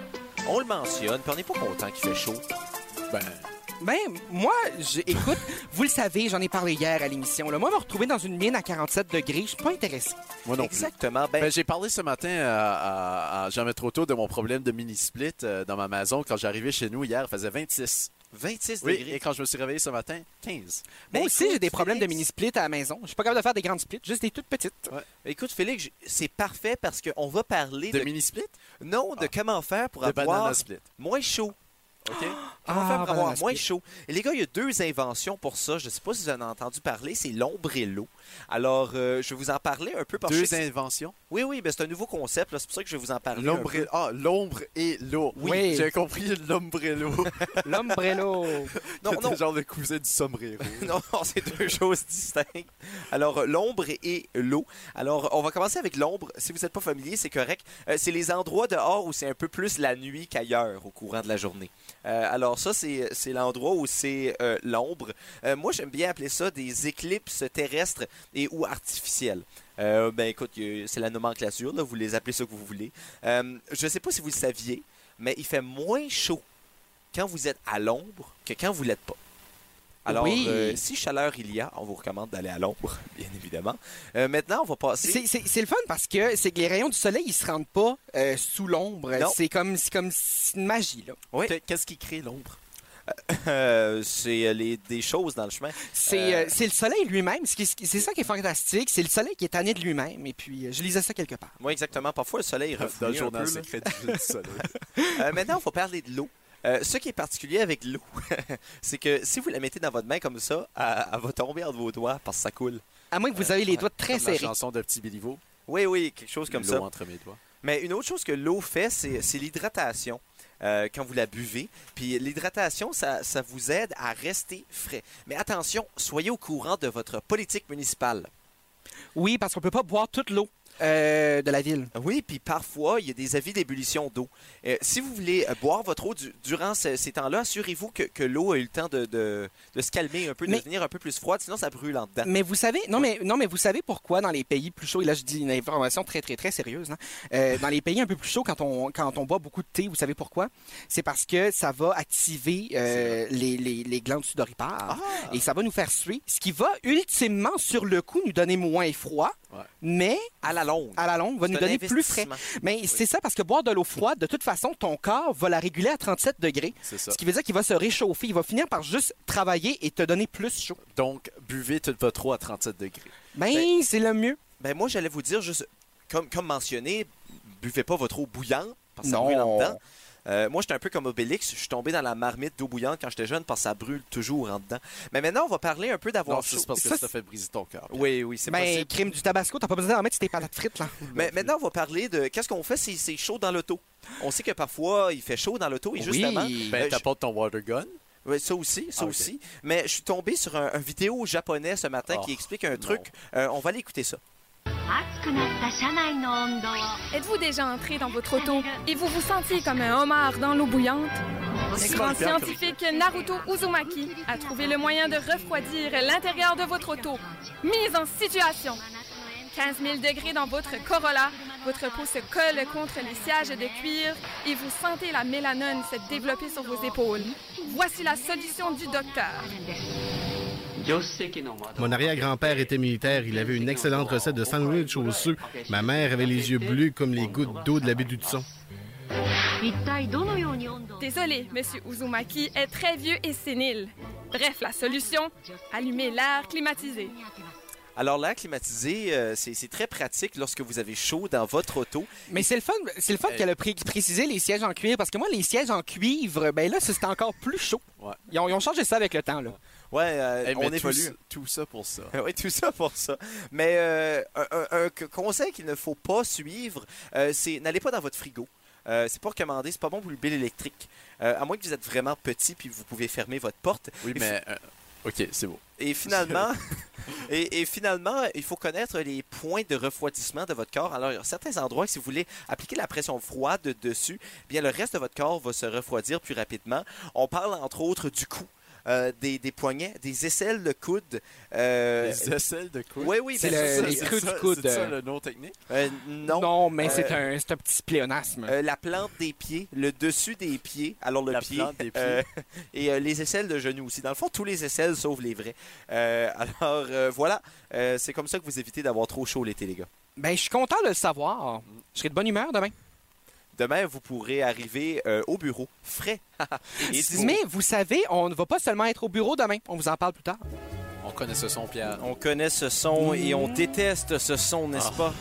S1: on le mentionne, puis on n'est pas content qu'il fait chaud.
S3: Ben,
S4: Ben, moi, je-
S1: (laughs)
S4: écoute, vous le savez, j'en ai parlé hier à l'émission. là. Moi, me retrouver dans une mine à 47 degrés, je suis pas intéressé.
S3: moi non plus.
S1: Exactement. Ben,
S3: Ben, j'ai parlé ce matin à, à- à Jamais trop tôt de mon problème de mini-split euh, dans ma maison. Quand j'arrivais chez nous hier, il faisait 26.
S1: 26
S3: Oui,
S1: degrés.
S3: et quand je me suis réveillé ce matin, 15.
S4: Moi
S1: Ben,
S4: aussi, j'ai
S1: écoute,
S4: des problèmes de
S1: Félix.
S4: mini-split à la maison. Je suis pas capable de faire des grandes splits, juste des toutes petites.
S1: Écoute, Félix, j- c'est parfait parce qu'on va parler
S3: De
S1: de,
S3: mini-split?
S1: non, de comment faire pour
S3: De
S1: avoir
S3: banana split.
S1: moins chaud. OK? Comment faire
S4: Ah,
S1: pour
S4: banana
S1: avoir moins
S4: split.
S1: chaud? Et les gars, il y a deux inventions pour ça. Je ne sais pas si vous en avez entendu parler. C'est l'ombrello. Alors, euh, je vais vous en parler un peu. parce que je
S3: Deux
S1: sais que
S3: inventions.
S1: c'est- Oui, oui, ben, c'est un nouveau concept. là. C'est pour ça que je vais vous en parler. un
S3: L'ombre et... Ah, l'ombre et l'eau.
S4: Oui. Oui.
S3: J'ai compris l'ombrello.
S4: L'ombrello.
S1: peu.
S3: (laughs)
S1: Non, non,
S3: C'est genre le cousin du sombrero.
S1: (laughs) non, non, c'est deux choses distinctes. Alors, euh, l'ombre et l'eau. Alors, on va commencer avec l'ombre. Si vous n'êtes pas familier, c'est correct. Euh, c'est les endroits dehors où c'est un peu plus la nuit qu'ailleurs au courant de la journée. Euh, alors, ça, c'est c'est l'endroit où c'est euh, l'ombre. Euh, moi, j'aime bien appeler ça des éclipses terrestres et ou artificielles. Euh, ben écoute, euh, c'est la nomenclature, là. vous les appelez ça que vous voulez. Euh, je ne sais pas si vous le saviez, mais il fait moins chaud quand vous êtes à l'ombre que quand vous l'êtes pas. Alors,
S4: Oui.
S1: euh, si chaleur il y a, on vous recommande d'aller à l'ombre, (laughs) bien évidemment. Euh, maintenant, on va passer.
S4: (laughs) C'est c'est- c'est le fun parce que c'est que les rayons du soleil, ils se rendent pas euh, sous l'ombre.
S1: Non.
S4: C'est comme, c'est comme si- une magie, là.
S1: Oui.
S3: Qu'est- Qu'est-ce qui crée l'ombre?
S1: Euh, c'est euh, les- des choses dans le chemin.
S4: C'est
S1: Euh,
S4: euh, c'est le soleil lui-même. Ce qui- ce qui- C'est ça qui est fantastique. C'est le soleil qui est tanné de lui-même. Et puis, euh, je lisais ça quelque part.
S1: Moi, exactement. Parfois, le soleil
S3: Dans le
S1: refouille un
S3: journal
S1: peu, là.
S3: secret du du soleil.
S1: Euh, maintenant, on va parler de l'eau. Euh, ce qui est particulier avec l'eau, (laughs) c'est que si vous la mettez dans votre main comme ça, elle, elle va tomber entre vos doigts parce que ça coule.
S4: À moins que vous ayez les doigts très
S3: Comme la
S4: serrés.
S3: chanson de Petit Béliveau.
S1: Oui, oui, quelque chose comme ça.
S3: L'eau entre mes doigts.
S1: Mais une autre chose que l'eau fait, c'est c'est l'hydratation. euh, quand vous la buvez. Puis l'hydratation, ça, ça vous aide à rester frais. Mais attention, soyez au courant de votre politique municipale.
S4: Oui, parce qu'on peut pas boire toute l'eau euh, de la ville.
S1: Oui, puis parfois, il y a des avis d'ébullition d'eau. Euh, si vous voulez euh, boire votre eau du- durant ce- ces temps-là, assurez-vous que, que l'eau a eu le temps de, de- de se calmer un peu, de
S4: Mais-
S1: devenir un peu plus froide, sinon ça brûle en dedans.
S4: Mais vous savez, non mais non mais vous savez pourquoi dans les pays plus chauds et là je dis une information très très très sérieuse. hein, euh, dans les pays un peu plus chauds quand on quand on boit beaucoup de thé, vous savez pourquoi C'est parce que ça va activer euh, les, les, les glandes sudoripares et ça va nous faire suer, ce qui va ultimement sur le coup nous donner moins froid,
S3: Ouais.
S4: mais
S1: À la longue.
S4: à la longue va
S1: C'est
S4: nous
S1: un
S4: donner plus frais.
S1: investissement.
S4: Mais c'est ça parce que boire de l'eau froide, de toute façon, ton corps va la réguler à 37 degrés.
S3: C'est ça.
S4: Ce qui veut dire qu'il va se réchauffer, il va finir par juste travailler et te donner plus chaud.
S3: Donc, buvez toute votre eau à 37 degrés.
S4: Ben, c'est le mieux.
S1: Ben moi, j'allais vous dire, juste comme, comme mentionné, buvez pas votre eau bouillante parce que ça
S4: Non.
S1: brûle en dedans. Euh, moi, j'étais un peu comme Obélix. Je suis tombé dans la marmite d'eau bouillante quand j'étais jeune parce que ça brûle toujours en dedans. Mais maintenant, on va parler un peu
S3: Non,
S1: d'avoir
S3: ça,
S1: chaud.
S3: c'est parce que
S4: Ça,
S3: ça, fait briser ton cœur.
S1: Oui, oui, c'est
S4: Ben,
S1: possible.
S4: crime du tabasco, t'as pas besoin d'en mettre sur tes patates frites, là.
S1: Mais maintenant, on va parler de qu'est-ce qu'on fait si c'est chaud dans l'auto. On sait que parfois, il fait chaud dans l'auto et justement,
S3: Ben,
S1: Euh,
S3: t'apportes ton water gun.
S1: ouais, ça aussi, ça
S3: Ah, ok.
S1: aussi. Mais je suis tombé sur un, un vidéo japonais ce matin
S3: Oh,
S1: qui explique un truc. Euh, on va aller écouter ça.
S5: 熱くなった車内の温度を
S7: Êtes-vous déjà entré dans votre auto et vous vous sentiez comme un homard dans l'eau bouillante? Le grand scientifique Naruto Uzumaki a trouvé le moyen de refroidir l'intérieur de votre auto. Mise en situation. 15 000 degrés dans votre Corolla, votre peau se colle contre les sièges de cuir et vous sentez la mélanone se développer sur vos épaules. Voici la solution du docteur.
S8: Mon arrière-grand-père était militaire. Il avait une excellente recette de sandwich au sucre. Ma mère avait les yeux bleus comme les gouttes d'eau de la baie d'Hudson.
S5: 一体どのように温度を
S7: Désolé, Monsieur Uzumaki est très vieux et sénile. Bref, la solution, allumer l'air climatisé.
S1: Alors l'air climatisé, euh, c'est c'est très pratique lorsque vous avez chaud dans votre auto.
S4: (laughs) Mais c'est le fun, c'est le fun qu'elle a pré- précisé les sièges en cuivre, parce que moi, les sièges en cuivre, ben là, ça, c'était encore plus chaud.
S3: Ouais.
S4: Ils, ont, ils ont changé ça avec le temps, là.
S1: Ouais, euh,
S3: Hey, Eh, mais
S1: on
S3: tout
S1: évolue.
S3: ça- Tout ça pour
S1: (laughs)
S3: ça.
S1: Oui, tout ça pour ça. Mais euh, un, un- un c- conseil qu'il ne faut pas suivre, euh, c'est n'allez pas dans votre frigo. Euh, c'est pas recommandé, c'est pas bon pour le bill électrique. Euh, à moins que vous êtes vraiment petit puis vous pouvez fermer votre porte.
S3: Oui,
S1: Et
S3: mais... euh, OK, c'est beau.
S1: Et finalement, et, et finalement, il faut connaître les points de refroidissement de votre corps. Alors, il y a certains endroits, si vous voulez appliquer la pression froide dessus, eh bien le reste de votre corps va se refroidir plus rapidement. On parle entre autres du cou, euh, des, des poignets, des aisselles, le coude. euh,
S3: les aisselles de coude.
S1: oui, oui,
S4: C'est
S1: ben,
S4: le-
S1: ça,
S4: les
S1: c'est-
S4: creux du
S3: ça-
S4: coude,
S3: C'est ça
S4: euh.
S3: le nom technique?
S1: euh, non.
S4: mais
S1: Euh,
S4: c'est un, c'est un petit pléonasme.
S1: Euh, la plante des pieds, le dessus des pieds, alors le
S3: La
S1: pied,
S3: plante des pieds.
S1: euh, (laughs) et euh, les aisselles de genoux aussi. Dans le fond, tous les aisselles sauf les vrais. Euh, alors euh, voilà, Euh, c'est comme ça que vous évitez d'avoir trop chaud l'été, les gars.
S4: Ben, je suis content de le savoir. Je serai de bonne humeur demain.
S1: Demain, vous pourrez arriver euh, au bureau frais. (laughs) Et dispo.
S4: Mais vous savez, on ne va pas seulement être au bureau demain. On vous en parle plus tard.
S3: On connaît ce son, Pierre.
S1: On connaît ce son et on déteste ce son, n'est-ce pas?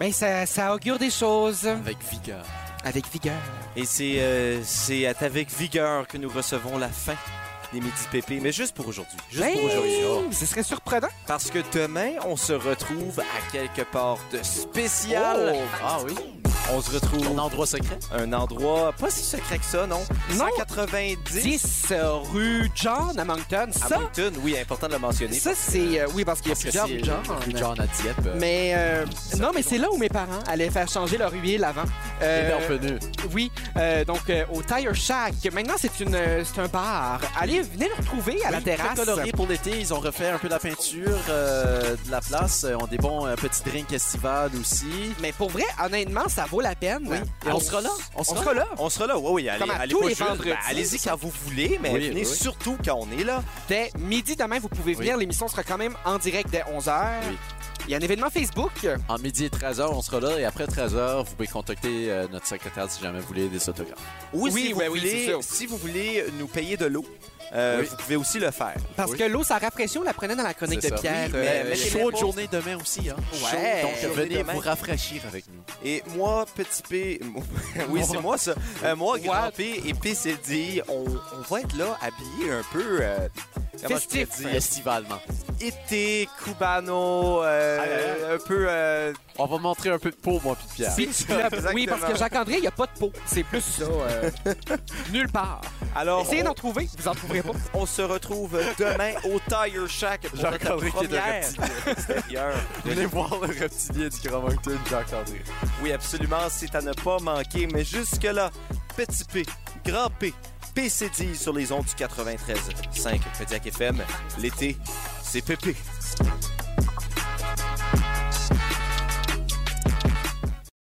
S4: Mais Ben, ça, ça augure des choses
S3: Avec vigueur.
S4: avec vigueur.
S1: Et c'est euh, c'est à- avec vigueur que nous recevons la fin des Midi Pépé, mais juste pour aujourd'hui. Juste
S4: Hey!
S1: pour aujourd'hui.
S4: Ce serait surprenant.
S1: Parce que demain, on se retrouve à quelque part de spécial.
S4: Oh!
S3: Ah oui.
S1: On se retrouve
S3: Un endroit secret.
S1: un endroit pas si secret que ça, non?
S4: Non.
S1: 190
S4: 10 euh, rue John à Moncton.
S1: à
S4: Ça,
S3: Ah
S1: Moncton, oui, important de le mentionner.
S4: ça c'est... euh, oui, parce qu'il y a plusieurs rue John.
S1: hein.
S3: Rue John à Dieppe. euh,
S4: Mais euh, non, mais c'est là où mes parents allaient faire changer leur huile avant. Euh,
S3: bienvenue.
S4: oui, euh, donc euh, au Tire Shack. Maintenant, c'est une, euh, c'est un bar. Allez, venez nous retrouver à la
S3: Oui, très
S4: terrasse.
S3: coloré pour l'été, ils ont refait un peu la peinture euh, de la place. Euh, ont des bons euh, petits drinks estivales aussi.
S4: Mais pour vrai, honnêtement, ça vaut la peine.
S3: Et on sera là. On
S4: On
S3: sera là.
S4: sera là
S1: On sera là, oui, oui, allez,
S4: Comme à
S1: allez
S4: tous
S1: pas
S4: les
S1: juste,
S4: vendredis.
S1: ben, allez-y quand vous voulez, mais
S3: Oui,
S1: venez
S3: oui.
S1: surtout quand on est là.
S4: dès midi demain. Vous pouvez venir. L'émission sera quand même en direct dès 11h.
S3: Oui.
S4: Il y a un événement Facebook.
S3: En midi et 13h, on sera là. Et après 13h, vous pouvez contacter euh, notre secrétaire si jamais vous voulez des autographes.
S1: Ou
S4: Oui,
S1: si, vous
S4: ben oui, c'est
S1: voulez,
S4: sûr.
S1: si vous voulez nous payer de l'eau, euh,
S3: Oui.
S1: vous pouvez aussi le faire.
S4: Parce
S3: Oui.
S4: que l'eau, ça rafraîchit. On la prenait dans la chronique
S3: C'est
S4: de
S3: ça.
S4: Pierre.
S1: Oui, mais-
S4: euh,
S1: mais
S4: il y a-
S1: chaud.
S3: Chaude journée demain aussi. Hein?
S4: Ouais.
S3: Chaud, donc
S1: Journée
S3: venez
S1: demain.
S3: vous rafraîchir avec nous.
S1: Et moi, petit P, (laughs) oui, c'est moi ça. Euh, moi, grand P et PCD, on, on va être là habillés un peu. euh, comment je pourrais
S4: Festif.
S1: dire?
S3: Estivalement.
S1: Été, cubano, euh, un peu. euh,
S3: On va montrer un peu de peau, moi puis Pierre.
S4: Oui,
S1: Exactement.
S4: oui, parce que Jacques-André, il n'y a pas de peau. C'est plus ça. euh, nulle part.
S1: alors,
S4: Essayez
S1: on-
S4: d'en trouver. Vous en trouverez pas.
S1: on, se retrouve demain au Tire Shack pour notre
S3: Jacques-André qui est de
S1: première (laughs) extérieure.
S3: Venez voir le reptilien du Grand Moncton, Jacques-André.
S1: Oui, absolument, c'est à ne pas manquer. Mais jusque-là, petit P, grand P, PCD sur les ondes du 93.5 Kodiak FM. L'été, c'est pépé.